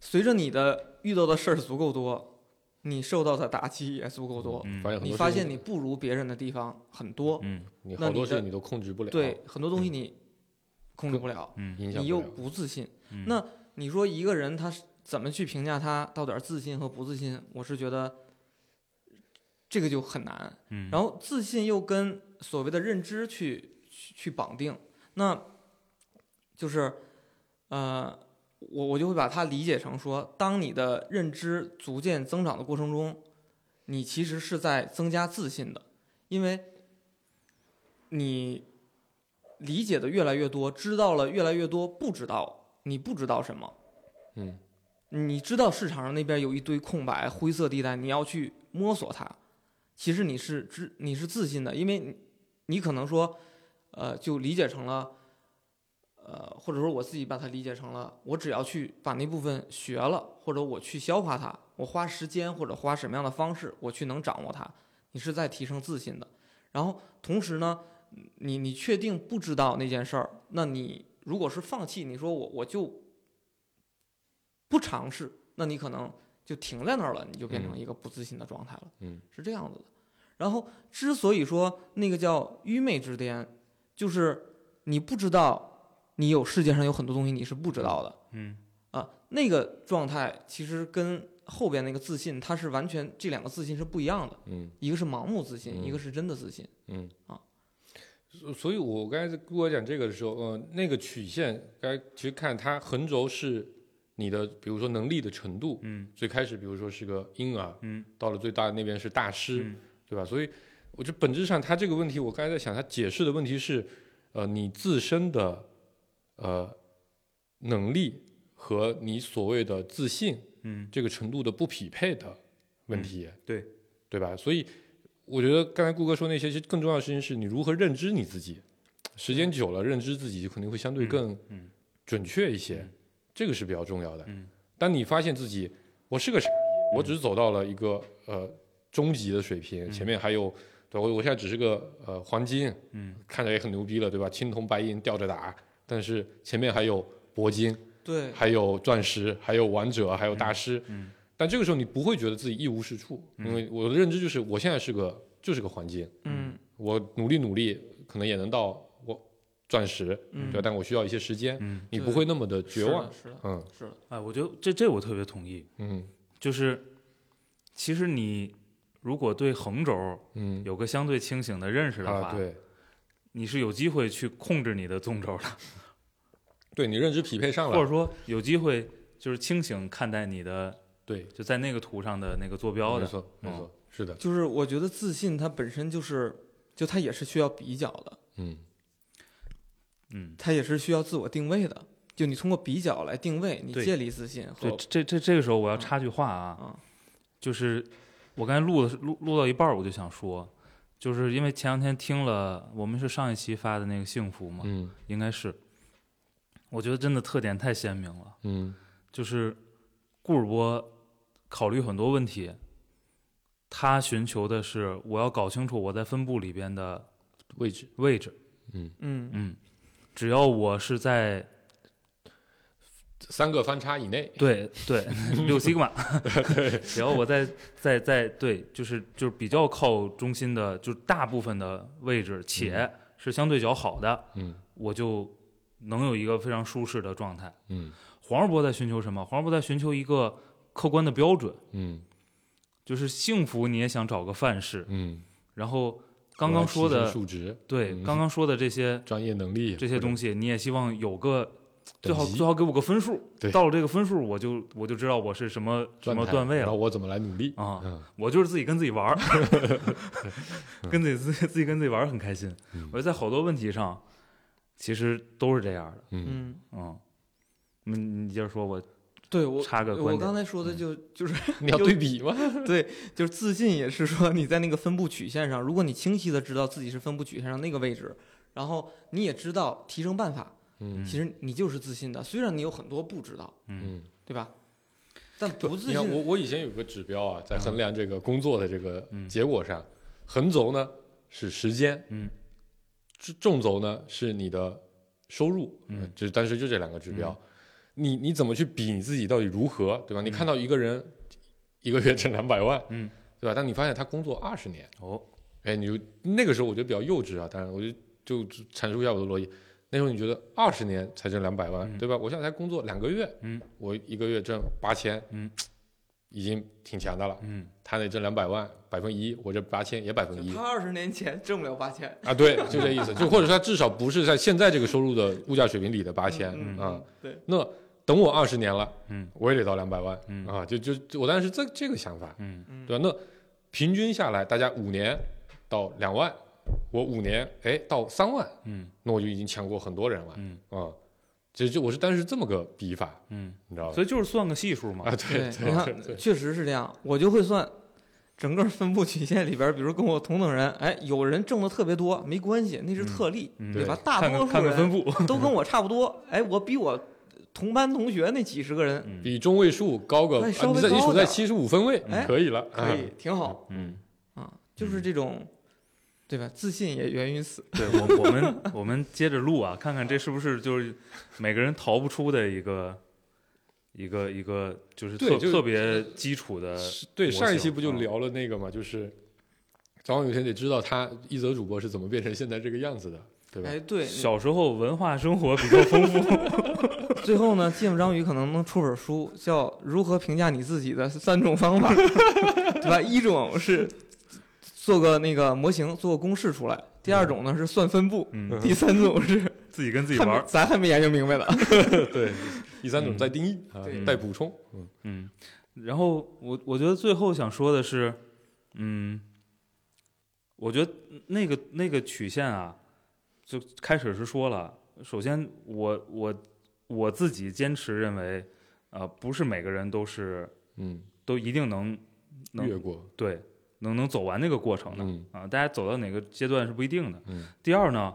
Speaker 3: 随着你的遇到的事儿足够多，你受到的打击也足够多，
Speaker 4: 嗯，
Speaker 5: 发现很多
Speaker 3: 你发
Speaker 5: 事情
Speaker 3: 现你不如别人的地方很多，
Speaker 4: 嗯
Speaker 5: 你
Speaker 3: 那
Speaker 5: 好多
Speaker 3: 你
Speaker 5: 事
Speaker 3: 的
Speaker 5: 情你都控制不了，
Speaker 3: 对，很多东西你控制不了，
Speaker 4: 嗯
Speaker 5: 影响
Speaker 3: 你
Speaker 5: 不
Speaker 3: 又
Speaker 5: 了
Speaker 3: 不自信。
Speaker 4: 嗯
Speaker 3: 那你说一个人他是怎么去评价他到底儿自信和不自信？我是觉得这个就很难。
Speaker 4: 嗯，
Speaker 3: 然后自信又跟所谓的认知去去去绑定，那就是呃，我我就会把它理解成说，当你的认知逐渐增长的过程中，你其实是在增加自信的，因为你理解的越来越多，知道了越来越多，不知道你不知道什么，
Speaker 5: 嗯
Speaker 3: 你知道市场上那边有一堆空白灰色地带，你要去摸索它。其实你是知你是自信的，因为你你可能说，呃，就理解成了，呃，或者说我自己把它理解成了，我只要去把那部分学了，或者我去消化它，我花时间或者花什么样的方式，我去能掌握它，你是在提升自信的。然后同时呢，你你确定不知道那件事儿，那你如果是放弃，你说我我就不尝试，那你可能就停在那儿了，你就变成
Speaker 5: 嗯
Speaker 3: 一个不自信的状态了。
Speaker 5: 嗯，
Speaker 3: 是这样子的。然后之所以说那个叫愚昧之巅，就是你不知道你有世界上有很多东西你是不知道的
Speaker 4: 嗯
Speaker 3: 啊，那个状态其实跟后边那个自信，它是完全这两个自信是不一样的，
Speaker 5: 嗯
Speaker 3: 一个是盲目自信，
Speaker 5: 嗯
Speaker 3: 一个是真的自信。
Speaker 5: 嗯
Speaker 3: 啊，
Speaker 5: 所所以我刚才在跟我讲这个的时候，呃，那个曲线，该其实看它横轴是你的，比如说能力的程度，
Speaker 4: 嗯
Speaker 5: 最开始比如说是个婴儿，
Speaker 4: 嗯，
Speaker 5: 到了最大的那边是大师，
Speaker 4: 嗯
Speaker 5: 对吧？所以我觉得本质上他这个问题，我刚才在想，他解释的问题是，呃，你自身的呃能力和你所谓的自信
Speaker 4: 嗯
Speaker 5: 这个程度的不匹配的问题，
Speaker 4: 对
Speaker 5: 对吧？所以我觉得刚才顾哥说那些，其实更重要的事情是你如何认知你自己，时间久了，认知自己肯定会相对更
Speaker 4: 嗯
Speaker 5: 准确一些
Speaker 4: 嗯，
Speaker 5: 这个是比较重要的。
Speaker 4: 嗯
Speaker 5: 当你发现自己我是个傻逼，我只是走到了一个呃中级的水平，前面还有对我我现在只是个呃黄金，
Speaker 4: 嗯，
Speaker 5: 看着也很牛逼了，对吧？青铜白银吊着打，但是前面还有铂金，
Speaker 3: 对，
Speaker 5: 还有钻石，还有王者，还有大师。
Speaker 4: 嗯
Speaker 5: 但这个时候你不会觉得自己一无是处，因为我的认知就是我现在是个就是个黄金，
Speaker 3: 嗯
Speaker 5: 我努力努力可能也能到我钻石，
Speaker 3: 嗯
Speaker 5: 对吧，但我需要一些时间，
Speaker 4: 嗯，
Speaker 5: 你
Speaker 3: 对
Speaker 5: 不会那么的绝望。
Speaker 3: 是的，
Speaker 5: 嗯
Speaker 3: 是的，是的，
Speaker 4: 哎，我觉得这这我特别同意，
Speaker 5: 嗯
Speaker 4: 就是其实你如果对横轴
Speaker 5: 嗯
Speaker 4: 有个相对清醒的认识的话，
Speaker 5: 啊，对
Speaker 4: 你是有机会去控制你的纵 轴的，
Speaker 5: 对，你认知匹配上
Speaker 4: 或者
Speaker 5: 了，
Speaker 4: 说有机会就是清醒看待你的
Speaker 5: 对，
Speaker 4: 就在那个图上的那个坐标
Speaker 5: 没
Speaker 4: 的，
Speaker 5: 错
Speaker 4: 嗯
Speaker 5: 没错，是的，
Speaker 3: 就是我觉得自信它本身就是，就它也是需要比较的，
Speaker 5: 嗯
Speaker 4: 嗯，
Speaker 3: 它也是需要自我定位的。就你通过比较来定位你
Speaker 4: 对
Speaker 3: 建立自信和
Speaker 4: 对，这这这个时候我要插句话啊，
Speaker 3: 嗯
Speaker 4: 就是我刚才录的录录到一半儿我就想说，就是因为前两天听了我们是上一期发的那个幸福嘛，
Speaker 5: 嗯
Speaker 4: 应该是，我觉得真的特点太鲜明了，
Speaker 5: 嗯
Speaker 4: 就是顾尔波考虑很多问题，他寻求的是我要搞清楚我在分布里边的
Speaker 5: 位置，
Speaker 4: 位置，
Speaker 5: 嗯，
Speaker 3: 嗯
Speaker 4: 嗯，只要我是在
Speaker 5: 三个方差以内，
Speaker 4: 对对 六西格玛， 只要我在在在对，就是就是比较靠中心的，就是大部分的位置，且是相对较好的，
Speaker 5: 嗯
Speaker 4: 我就能有一个非常舒适的状态。
Speaker 5: 嗯
Speaker 4: 黄世波在寻求什么？黄世波在寻求一个客观的标准，
Speaker 5: 嗯
Speaker 4: 就是幸福你也想找个范式，
Speaker 5: 嗯，
Speaker 4: 然后刚刚说
Speaker 5: 我要提升
Speaker 4: 的
Speaker 5: 数值，
Speaker 4: 对，
Speaker 5: 嗯
Speaker 4: 刚刚说的这些
Speaker 5: 专业能力
Speaker 4: 这些东西，你也希望有个最
Speaker 5: 等
Speaker 4: 好
Speaker 5: 级
Speaker 4: 最好给我个分数，
Speaker 5: 对
Speaker 4: 到了这个分数我就我就知道我是什么什么
Speaker 5: 态
Speaker 4: 段位
Speaker 5: 然
Speaker 4: 了
Speaker 5: 后。我怎么来努力
Speaker 4: 啊
Speaker 5: 嗯
Speaker 4: 我就是自己跟自己玩 儿， 跟自己自己自己跟自己玩儿很开心。
Speaker 5: 嗯
Speaker 4: 我觉得在好多问题上，其实都是这样的。
Speaker 5: 嗯
Speaker 3: 嗯，
Speaker 4: 嗯，你你接着说，我
Speaker 3: 对我
Speaker 4: 插个观
Speaker 3: 我
Speaker 4: 点
Speaker 3: 刚才说的就就是
Speaker 5: 你要对比吗？
Speaker 3: 对，就是自信也是说你在那个分布曲线上，如果你清晰的知道自己是分布曲线上那个位置，然后你也知道提升办法，
Speaker 5: 嗯
Speaker 3: 其实你就是自信的。虽然你有很多不知道，
Speaker 4: 嗯
Speaker 5: 嗯。
Speaker 3: 对吧？但不自
Speaker 5: 你看，我
Speaker 3: 信，
Speaker 5: 我以前有个指标啊，在衡量这个工作的这个
Speaker 4: 嗯
Speaker 5: 结果上，横轴呢是时间，
Speaker 4: 嗯
Speaker 5: 纵纵轴呢是你的收入，
Speaker 4: 嗯
Speaker 5: 呃这但是就这两个指标，你你怎么去比你自己到底如何，对吧？你看到一个人一个月挣两百万，
Speaker 4: 嗯，
Speaker 5: 对吧？但你发现他工作二十年，
Speaker 4: 哦
Speaker 5: 哎，你就那个时候我觉得比较幼稚啊，当然我就就就阐述一下我的逻辑。那时候你觉得二十年才挣两百万，
Speaker 4: 嗯
Speaker 5: 对吧？我现在才工作两个月，
Speaker 4: 嗯，
Speaker 5: 我一个月挣八千，
Speaker 4: 嗯，
Speaker 5: 已经挺强的了。
Speaker 4: 嗯
Speaker 5: 他那挣两百万，百分一，我这八千也百分一
Speaker 3: 他二十年前挣不了八千，
Speaker 5: 啊，对，就这意思，就或者说他至少不是在现在这个收入的物价水平里的八千
Speaker 3: 嗯
Speaker 5: 啊。，
Speaker 3: 对，
Speaker 5: 那等我二十年了，
Speaker 4: 嗯，
Speaker 5: 我也得到两百万，
Speaker 4: 嗯
Speaker 5: 啊，就就就我当时这这个想法，
Speaker 4: 嗯
Speaker 3: 嗯
Speaker 5: 对吧？那平均下来，大家五年到两万，我五年哎到三万，
Speaker 4: 嗯
Speaker 5: 那我就已经强过很多人了，
Speaker 4: 嗯
Speaker 5: 啊，这就我是当时这么个比法，
Speaker 4: 嗯，
Speaker 5: 你知道吧？
Speaker 4: 所以就是算个系数嘛
Speaker 5: 啊，。对
Speaker 3: 你看，确实是这样。我就会算整个分布曲线里边，比如跟我同等人，哎，有人挣的特别多，没关系，那是特例，
Speaker 4: 嗯
Speaker 3: 对吧？
Speaker 4: 看
Speaker 3: 大
Speaker 4: 看
Speaker 3: 多
Speaker 4: 看
Speaker 3: 数
Speaker 4: 看
Speaker 3: 人
Speaker 4: 分 布，
Speaker 3: 都跟我差不多，哎，我比我同班同学那几十个人，
Speaker 5: 比中位数高个，
Speaker 3: 哎
Speaker 5: 啊
Speaker 3: 稍微
Speaker 5: 你在你
Speaker 3: 高
Speaker 5: 处在
Speaker 3: 点儿
Speaker 5: 七十五分位
Speaker 3: 哎，
Speaker 5: 可以了，
Speaker 3: 可
Speaker 5: 啊
Speaker 3: 以，挺好
Speaker 4: 嗯，
Speaker 3: 啊，就是这种，对吧？自信也源于此，
Speaker 4: 对我我们我们接着录啊，看看这是不是就是每个人逃不出的一个一个一个，就是
Speaker 5: 对
Speaker 4: 特
Speaker 5: 就是
Speaker 4: 特别基础的，
Speaker 5: 是对，
Speaker 4: 模
Speaker 5: 上一
Speaker 4: 型
Speaker 5: 期不就
Speaker 4: 嗯
Speaker 5: 聊了那个嘛，就是早晚有一天得知道他一则主播是怎么变成现在这个样子的，对吧？
Speaker 3: 哎，对。
Speaker 4: 小时候文化生活比较丰富。
Speaker 3: 最后呢，芥末章鱼可能能出本书，叫《如何评价你自己的三种方法》， 对吧？一种是做个那个模型，做个公式出来；第二种呢是算分布；
Speaker 4: 嗯，
Speaker 3: 第三种是
Speaker 4: 自己跟 自己
Speaker 3: 还
Speaker 4: 玩
Speaker 3: 没
Speaker 4: 儿。
Speaker 3: 咱还没研究明白呢。
Speaker 5: 对，第三种
Speaker 4: 嗯
Speaker 5: 再定义啊
Speaker 3: 对，
Speaker 5: 再补充，嗯
Speaker 4: 嗯，然后我我觉得最后想说的是，嗯，我觉得那个那个曲线啊，就开始是说了，首先我我我自己坚持认为，呃，不是每个人都是
Speaker 5: 嗯，
Speaker 4: 都一定能
Speaker 5: 越
Speaker 4: 能
Speaker 5: 过，
Speaker 4: 对能能走完那个过程的。
Speaker 5: 嗯
Speaker 4: 啊，大家走到哪个阶段是不一定的。
Speaker 5: 嗯
Speaker 4: 第二呢，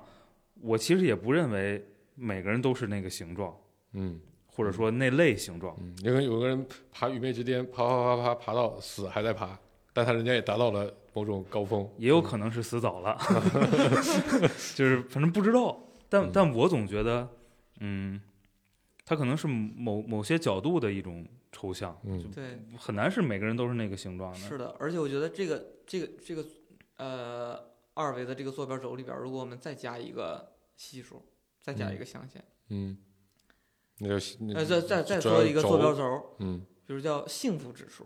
Speaker 4: 我其实也不认为每个人都是那个形状，
Speaker 5: 嗯
Speaker 4: 或者说那类形状。
Speaker 5: 嗯，有个有个人爬愚昧之巅，爬爬爬爬爬到死还在爬，但他人家也达到了某种高峰，
Speaker 4: 也有可能是死早了， 就是反正不知道。但
Speaker 5: 嗯
Speaker 4: 但我总觉得，嗯，它可能是某某些角度的一种抽象，
Speaker 5: 嗯
Speaker 4: 就
Speaker 3: 对，
Speaker 4: 很难是每个人都是那个形状的。
Speaker 3: 是的，而且我觉得这个这个这个呃二维的这个坐标轴里边儿，如果我们再加一个系数，再加一个象限，
Speaker 5: 嗯，那就是
Speaker 4: 嗯
Speaker 5: 那
Speaker 3: 呃，再再再
Speaker 5: 主
Speaker 3: 做
Speaker 5: 要
Speaker 3: 一个
Speaker 5: 轴
Speaker 3: 坐标轴儿，
Speaker 5: 嗯
Speaker 3: 比如叫幸福指数。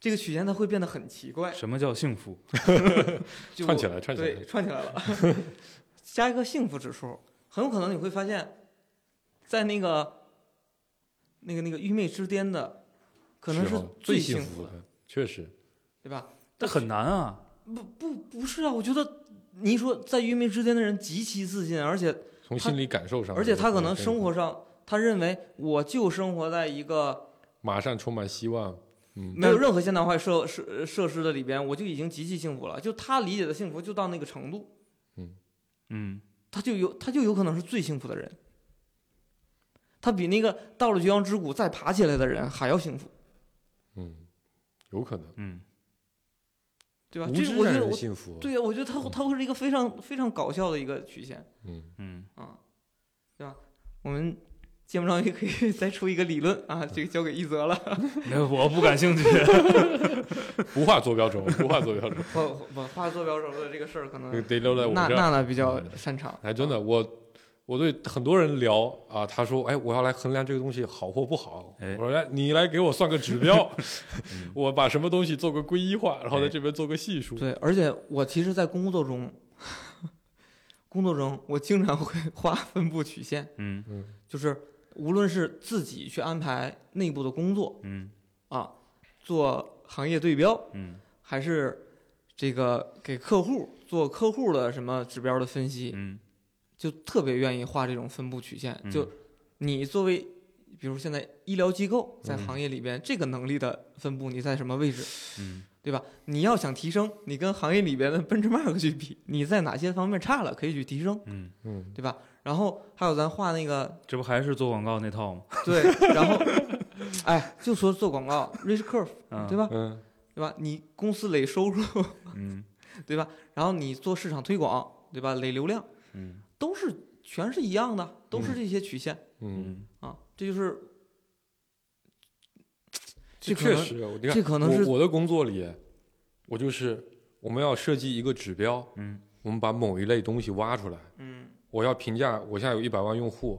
Speaker 3: 这个曲线它会变得很奇怪，
Speaker 4: 什么叫幸福？
Speaker 3: 就
Speaker 5: 串起来串起来
Speaker 3: 对，串起来了。 加一个幸福指数，很有可能你会发现，在那个那个那个愚昧之巅的，可能
Speaker 5: 是
Speaker 3: 是
Speaker 5: 哦
Speaker 3: 最
Speaker 5: 最
Speaker 3: 幸
Speaker 5: 福
Speaker 3: 的，，
Speaker 5: 确实，
Speaker 3: 对吧？
Speaker 4: 这很难啊。
Speaker 3: 不不不是啊，我觉得你一说在愚昧之间的人极其自信，而且
Speaker 5: 从
Speaker 3: 他
Speaker 5: 心理感受上，
Speaker 3: 而且他可能
Speaker 5: 真的
Speaker 3: 生活上，他认为我就生活在一个
Speaker 5: 马上充满希望，嗯
Speaker 3: 没有任何现代化设设设施的里边，我就已经极其幸福了。就他理解的幸福就到那个程度，
Speaker 4: 嗯，
Speaker 3: 他就有他就有可能是最幸福的人。他比那个到了绝望之谷再爬起来的人还要幸福，
Speaker 5: 嗯，有可能，
Speaker 4: 嗯，
Speaker 3: 对吧？
Speaker 5: 无
Speaker 3: 啊这
Speaker 5: 知
Speaker 3: 个我觉
Speaker 5: 让
Speaker 3: 得
Speaker 5: 人
Speaker 3: 我
Speaker 5: 幸福，
Speaker 3: 对呀，啊我觉得他他会是一个非常非常搞笑的一个曲线。
Speaker 5: 嗯，
Speaker 4: 嗯，
Speaker 3: 啊，对吧？我们节目上也可以 再出一个理论啊，这个交给一泽了。
Speaker 4: 没有，我不感兴趣。
Speaker 5: 不画坐标轴，不画坐 标轴，
Speaker 3: 我我画坐标轴的这个事儿，可能
Speaker 5: 得留在我
Speaker 3: 娜
Speaker 5: 这儿。
Speaker 3: 娜娜比较擅长。
Speaker 5: 哎，真的，我我对很多人聊啊，他说，哎，我要来衡量这个东西好或不好。
Speaker 4: 哎
Speaker 5: 我说，哎你来给我算个指标，
Speaker 4: 嗯
Speaker 5: 我把什么东西做个归一化，然后在
Speaker 4: 哎
Speaker 5: 这边做个系数。
Speaker 3: 对，而且我其实，在工作中， 工作中我经常会画分布曲线，
Speaker 4: 嗯
Speaker 3: 就是无论是自己去安排内部的工作
Speaker 4: 嗯
Speaker 3: 啊，做行业对标，
Speaker 4: 嗯
Speaker 3: 还是这个给客户做客户的什么指标的分析，
Speaker 4: 嗯
Speaker 3: 就特别愿意画这种分布曲线。
Speaker 4: 嗯
Speaker 3: 就你作为，比如现在医疗机构在
Speaker 5: 嗯
Speaker 3: 行业里边、这个能力的分布，你在什么位置，
Speaker 4: 嗯
Speaker 3: 对吧？你要想提升，你跟行业里边的 benchmark 去比，你在哪些方面差了，可以去提升，
Speaker 4: 嗯，
Speaker 5: 嗯，
Speaker 3: 对吧？然后还有咱画那个
Speaker 4: 这不还是做广告那套吗？
Speaker 3: 对，然后哎，就说做广告 rich curve，
Speaker 4: 嗯，
Speaker 3: 对吧？
Speaker 5: 嗯
Speaker 3: 对吧？你公司累收入，
Speaker 4: 嗯
Speaker 3: 对吧？然后你做市场推广，对吧？累流量，
Speaker 4: 嗯
Speaker 3: 都是全是一样的，都是
Speaker 5: 嗯
Speaker 3: 这些曲线。
Speaker 5: 嗯，
Speaker 4: 嗯
Speaker 3: 啊，这就是这
Speaker 5: 这
Speaker 3: 可
Speaker 5: 确
Speaker 3: 能
Speaker 5: 实，我你看，
Speaker 3: 这可能是
Speaker 5: 我我的工作里，我就是我们要设计一个指标，
Speaker 4: 嗯，
Speaker 5: 我们把某一类东西挖出来，
Speaker 3: 嗯
Speaker 5: 我要评价我现在有一百万用户，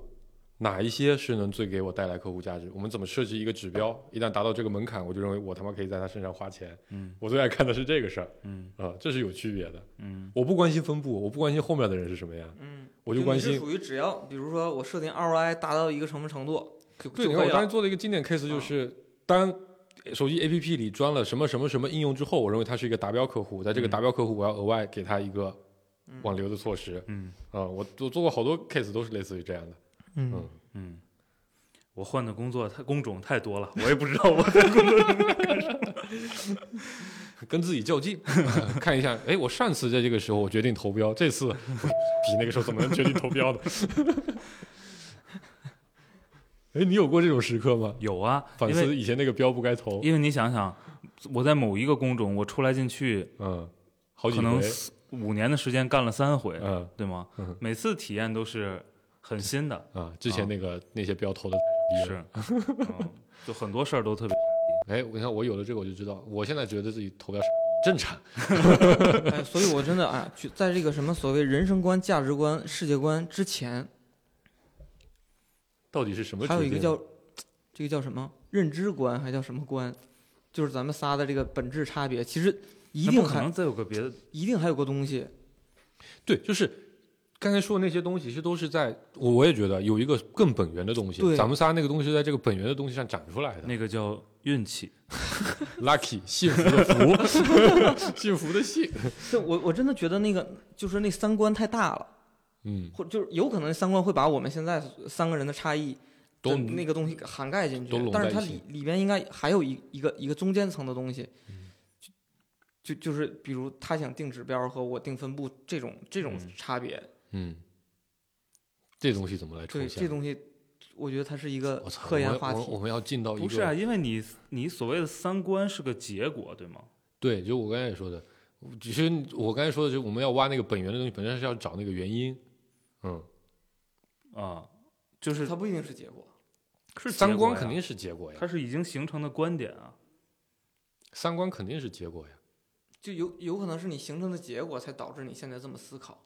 Speaker 5: 哪一些是能最给我带来客户价值？我们怎么设计一个指标？一旦达到这个门槛，我就认为我他妈可以在他身上花钱。
Speaker 4: 嗯
Speaker 5: 我最爱看的是这个事儿
Speaker 4: 嗯
Speaker 5: 啊、这是有区别的。
Speaker 4: 嗯
Speaker 5: 我不关心分布，我不关心后面的人是什么样，
Speaker 3: 嗯，
Speaker 5: 我就关
Speaker 3: 你是
Speaker 5: 心。
Speaker 3: 属于只要比如说我设定 ROI 达到一个什么程度就
Speaker 5: 对，
Speaker 3: 就啊
Speaker 5: 你看
Speaker 3: 可以
Speaker 5: 我当时
Speaker 3: 了。
Speaker 5: 做的一个经典 case 就是，当手机 APP 里装了什么什么什么应用之后，我认为它是一个达标客户，在这个
Speaker 4: 嗯
Speaker 5: 达标客户，我要额外给他一个
Speaker 3: 嗯
Speaker 5: 挽留的措施
Speaker 4: 嗯
Speaker 5: 啊、我我做过好多 case 都是类似于这样的。
Speaker 3: 嗯
Speaker 5: 嗯，
Speaker 4: 嗯，我换的工作太工种太多了，我也不知道我在工作中
Speaker 5: 跟自己较劲，呃看一下，哎，我上次在这个时候我决定投标，这次比那个时候怎么能决定投标呢？ 哎，你有过这种时刻吗？
Speaker 4: 有啊，
Speaker 5: 反
Speaker 4: 因为
Speaker 5: 思以前那个标不该投，
Speaker 4: 因为你想想，我在某一个工种，我出来进去
Speaker 5: 嗯，好几
Speaker 4: 可
Speaker 5: 回
Speaker 4: 能，四五年的时间干了三回，
Speaker 5: 嗯
Speaker 4: 对吗
Speaker 5: 嗯？
Speaker 4: 每次体验都是很新的，
Speaker 5: 啊，之前那个、那些标投的低了，
Speaker 4: 是，嗯就很多事儿都特别。
Speaker 5: 哎，我你看我有了这个我就知道，我现在觉得自己投标是正常，
Speaker 3: 哎，所以我真的哎，就在这个什么所谓人生观、价值观、世界观之前，
Speaker 5: 到底是什么？
Speaker 3: 还有一个叫这个叫什么认知观，还叫什么观？就是咱们仨的这个本质差别，其实一
Speaker 4: 那
Speaker 3: 定
Speaker 4: 不可
Speaker 3: 还
Speaker 4: 能再有个别的，
Speaker 3: 一定还有个东西。
Speaker 5: 对，就是刚才说的那些东西，其实都是在我我也觉得有一个更本源的东西
Speaker 3: 对，
Speaker 5: 咱们仨那个东西是在这个本源的东西上长出来的。
Speaker 4: 那个叫运气。
Speaker 5: lucky 幸福的福， 幸福的幸。
Speaker 3: 这我我真的觉得那个就是那三观太大了，
Speaker 5: 嗯，
Speaker 3: 或就是有可能三观会把我们现在三个人的差异
Speaker 5: 都
Speaker 3: 的那个东西涵盖进
Speaker 5: 都
Speaker 3: 去，
Speaker 5: 拢
Speaker 3: 但是
Speaker 5: 在
Speaker 3: 它
Speaker 5: 一
Speaker 3: 里
Speaker 5: 起
Speaker 3: 里边应该还有一一个一个中间层的东西，
Speaker 5: 嗯
Speaker 3: 就就就是比如他想定指标和我定分布这种这种
Speaker 4: 嗯
Speaker 3: 差别，
Speaker 5: 嗯，这东西怎么来
Speaker 3: 对，
Speaker 5: 重
Speaker 3: 这
Speaker 5: 现？
Speaker 3: 东西我觉得它是一个
Speaker 5: 我操，
Speaker 3: 科研
Speaker 5: 我
Speaker 3: 话
Speaker 5: 我我
Speaker 3: 题。
Speaker 5: 们要进到一个
Speaker 4: 不是啊，因为你你所谓的三观是个结果，对吗？
Speaker 5: 对，就我刚才也说的，只是我刚才说的，就是我们要挖那个本源的东西，本身是要找那个原因。嗯，
Speaker 4: 啊，就是
Speaker 3: 它不一定是结果。
Speaker 4: 是
Speaker 5: 三
Speaker 4: 结
Speaker 5: 观
Speaker 4: 果呀
Speaker 5: 肯定是结果
Speaker 4: 它
Speaker 5: 呀，
Speaker 4: 是已经形成的观点啊。
Speaker 5: 三观肯定是结果呀。
Speaker 3: 就有有可能是你形成的结果，才导致你现在这么思考。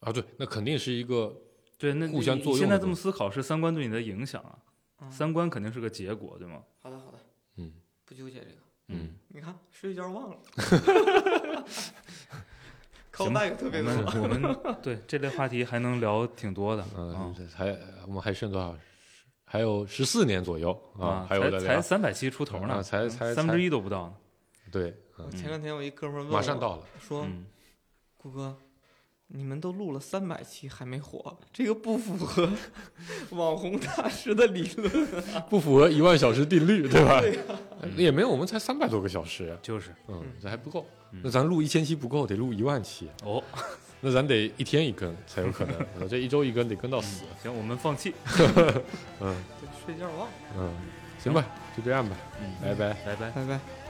Speaker 5: 啊，对，那肯定是一个
Speaker 4: 对，那
Speaker 5: 互相
Speaker 4: 你
Speaker 5: 作
Speaker 4: 你
Speaker 5: 用
Speaker 4: 现
Speaker 5: 的
Speaker 4: 在这
Speaker 5: 东
Speaker 4: 么思考是三观对你的影响啊，
Speaker 3: 嗯
Speaker 4: 三观肯定是个结果，对吗？
Speaker 3: 好的好的，
Speaker 5: 嗯
Speaker 3: 不纠结这个。
Speaker 5: 嗯，
Speaker 3: 你看睡一觉忘 了
Speaker 4: 行
Speaker 3: ，callback 特别
Speaker 4: 我
Speaker 3: 多。
Speaker 4: 们我 们对这类话题还能聊挺多的
Speaker 5: 嗯
Speaker 4: 啊，
Speaker 5: 还我们还剩多少？还有十四年左右啊，还有
Speaker 4: 才
Speaker 5: 的
Speaker 4: 才
Speaker 5: 聊。
Speaker 4: 三百期出头
Speaker 5: 啊
Speaker 4: 呢，
Speaker 5: 才
Speaker 4: 嗯
Speaker 5: 才
Speaker 4: 三分
Speaker 5: 才
Speaker 4: 之一都不到呢。
Speaker 5: 对，
Speaker 3: 我
Speaker 5: 嗯
Speaker 3: 前两天我一哥们儿问我，
Speaker 5: 马上到了。
Speaker 3: 说
Speaker 4: 嗯，
Speaker 3: 顾哥，你们都录了三百期还没火，这个不符合 网红大师的理论。
Speaker 5: 不符合一万小时定律，对吧？也没有，我们才三百多个小时，
Speaker 4: 就是
Speaker 5: 嗯
Speaker 3: 嗯，
Speaker 5: 这还不够
Speaker 4: 嗯。
Speaker 5: 那咱录一千期不够，得录一万期，
Speaker 4: 哦，
Speaker 5: 那咱得一天一更才有可 能。我这一周一更得更到死，
Speaker 4: 行，我们放弃，
Speaker 5: 嗯
Speaker 3: 对，睡觉忘了。
Speaker 5: 嗯，行吧，就这样吧，
Speaker 4: 嗯
Speaker 5: 拜拜。
Speaker 4: 拜拜。
Speaker 3: 拜拜。
Speaker 5: 拜拜。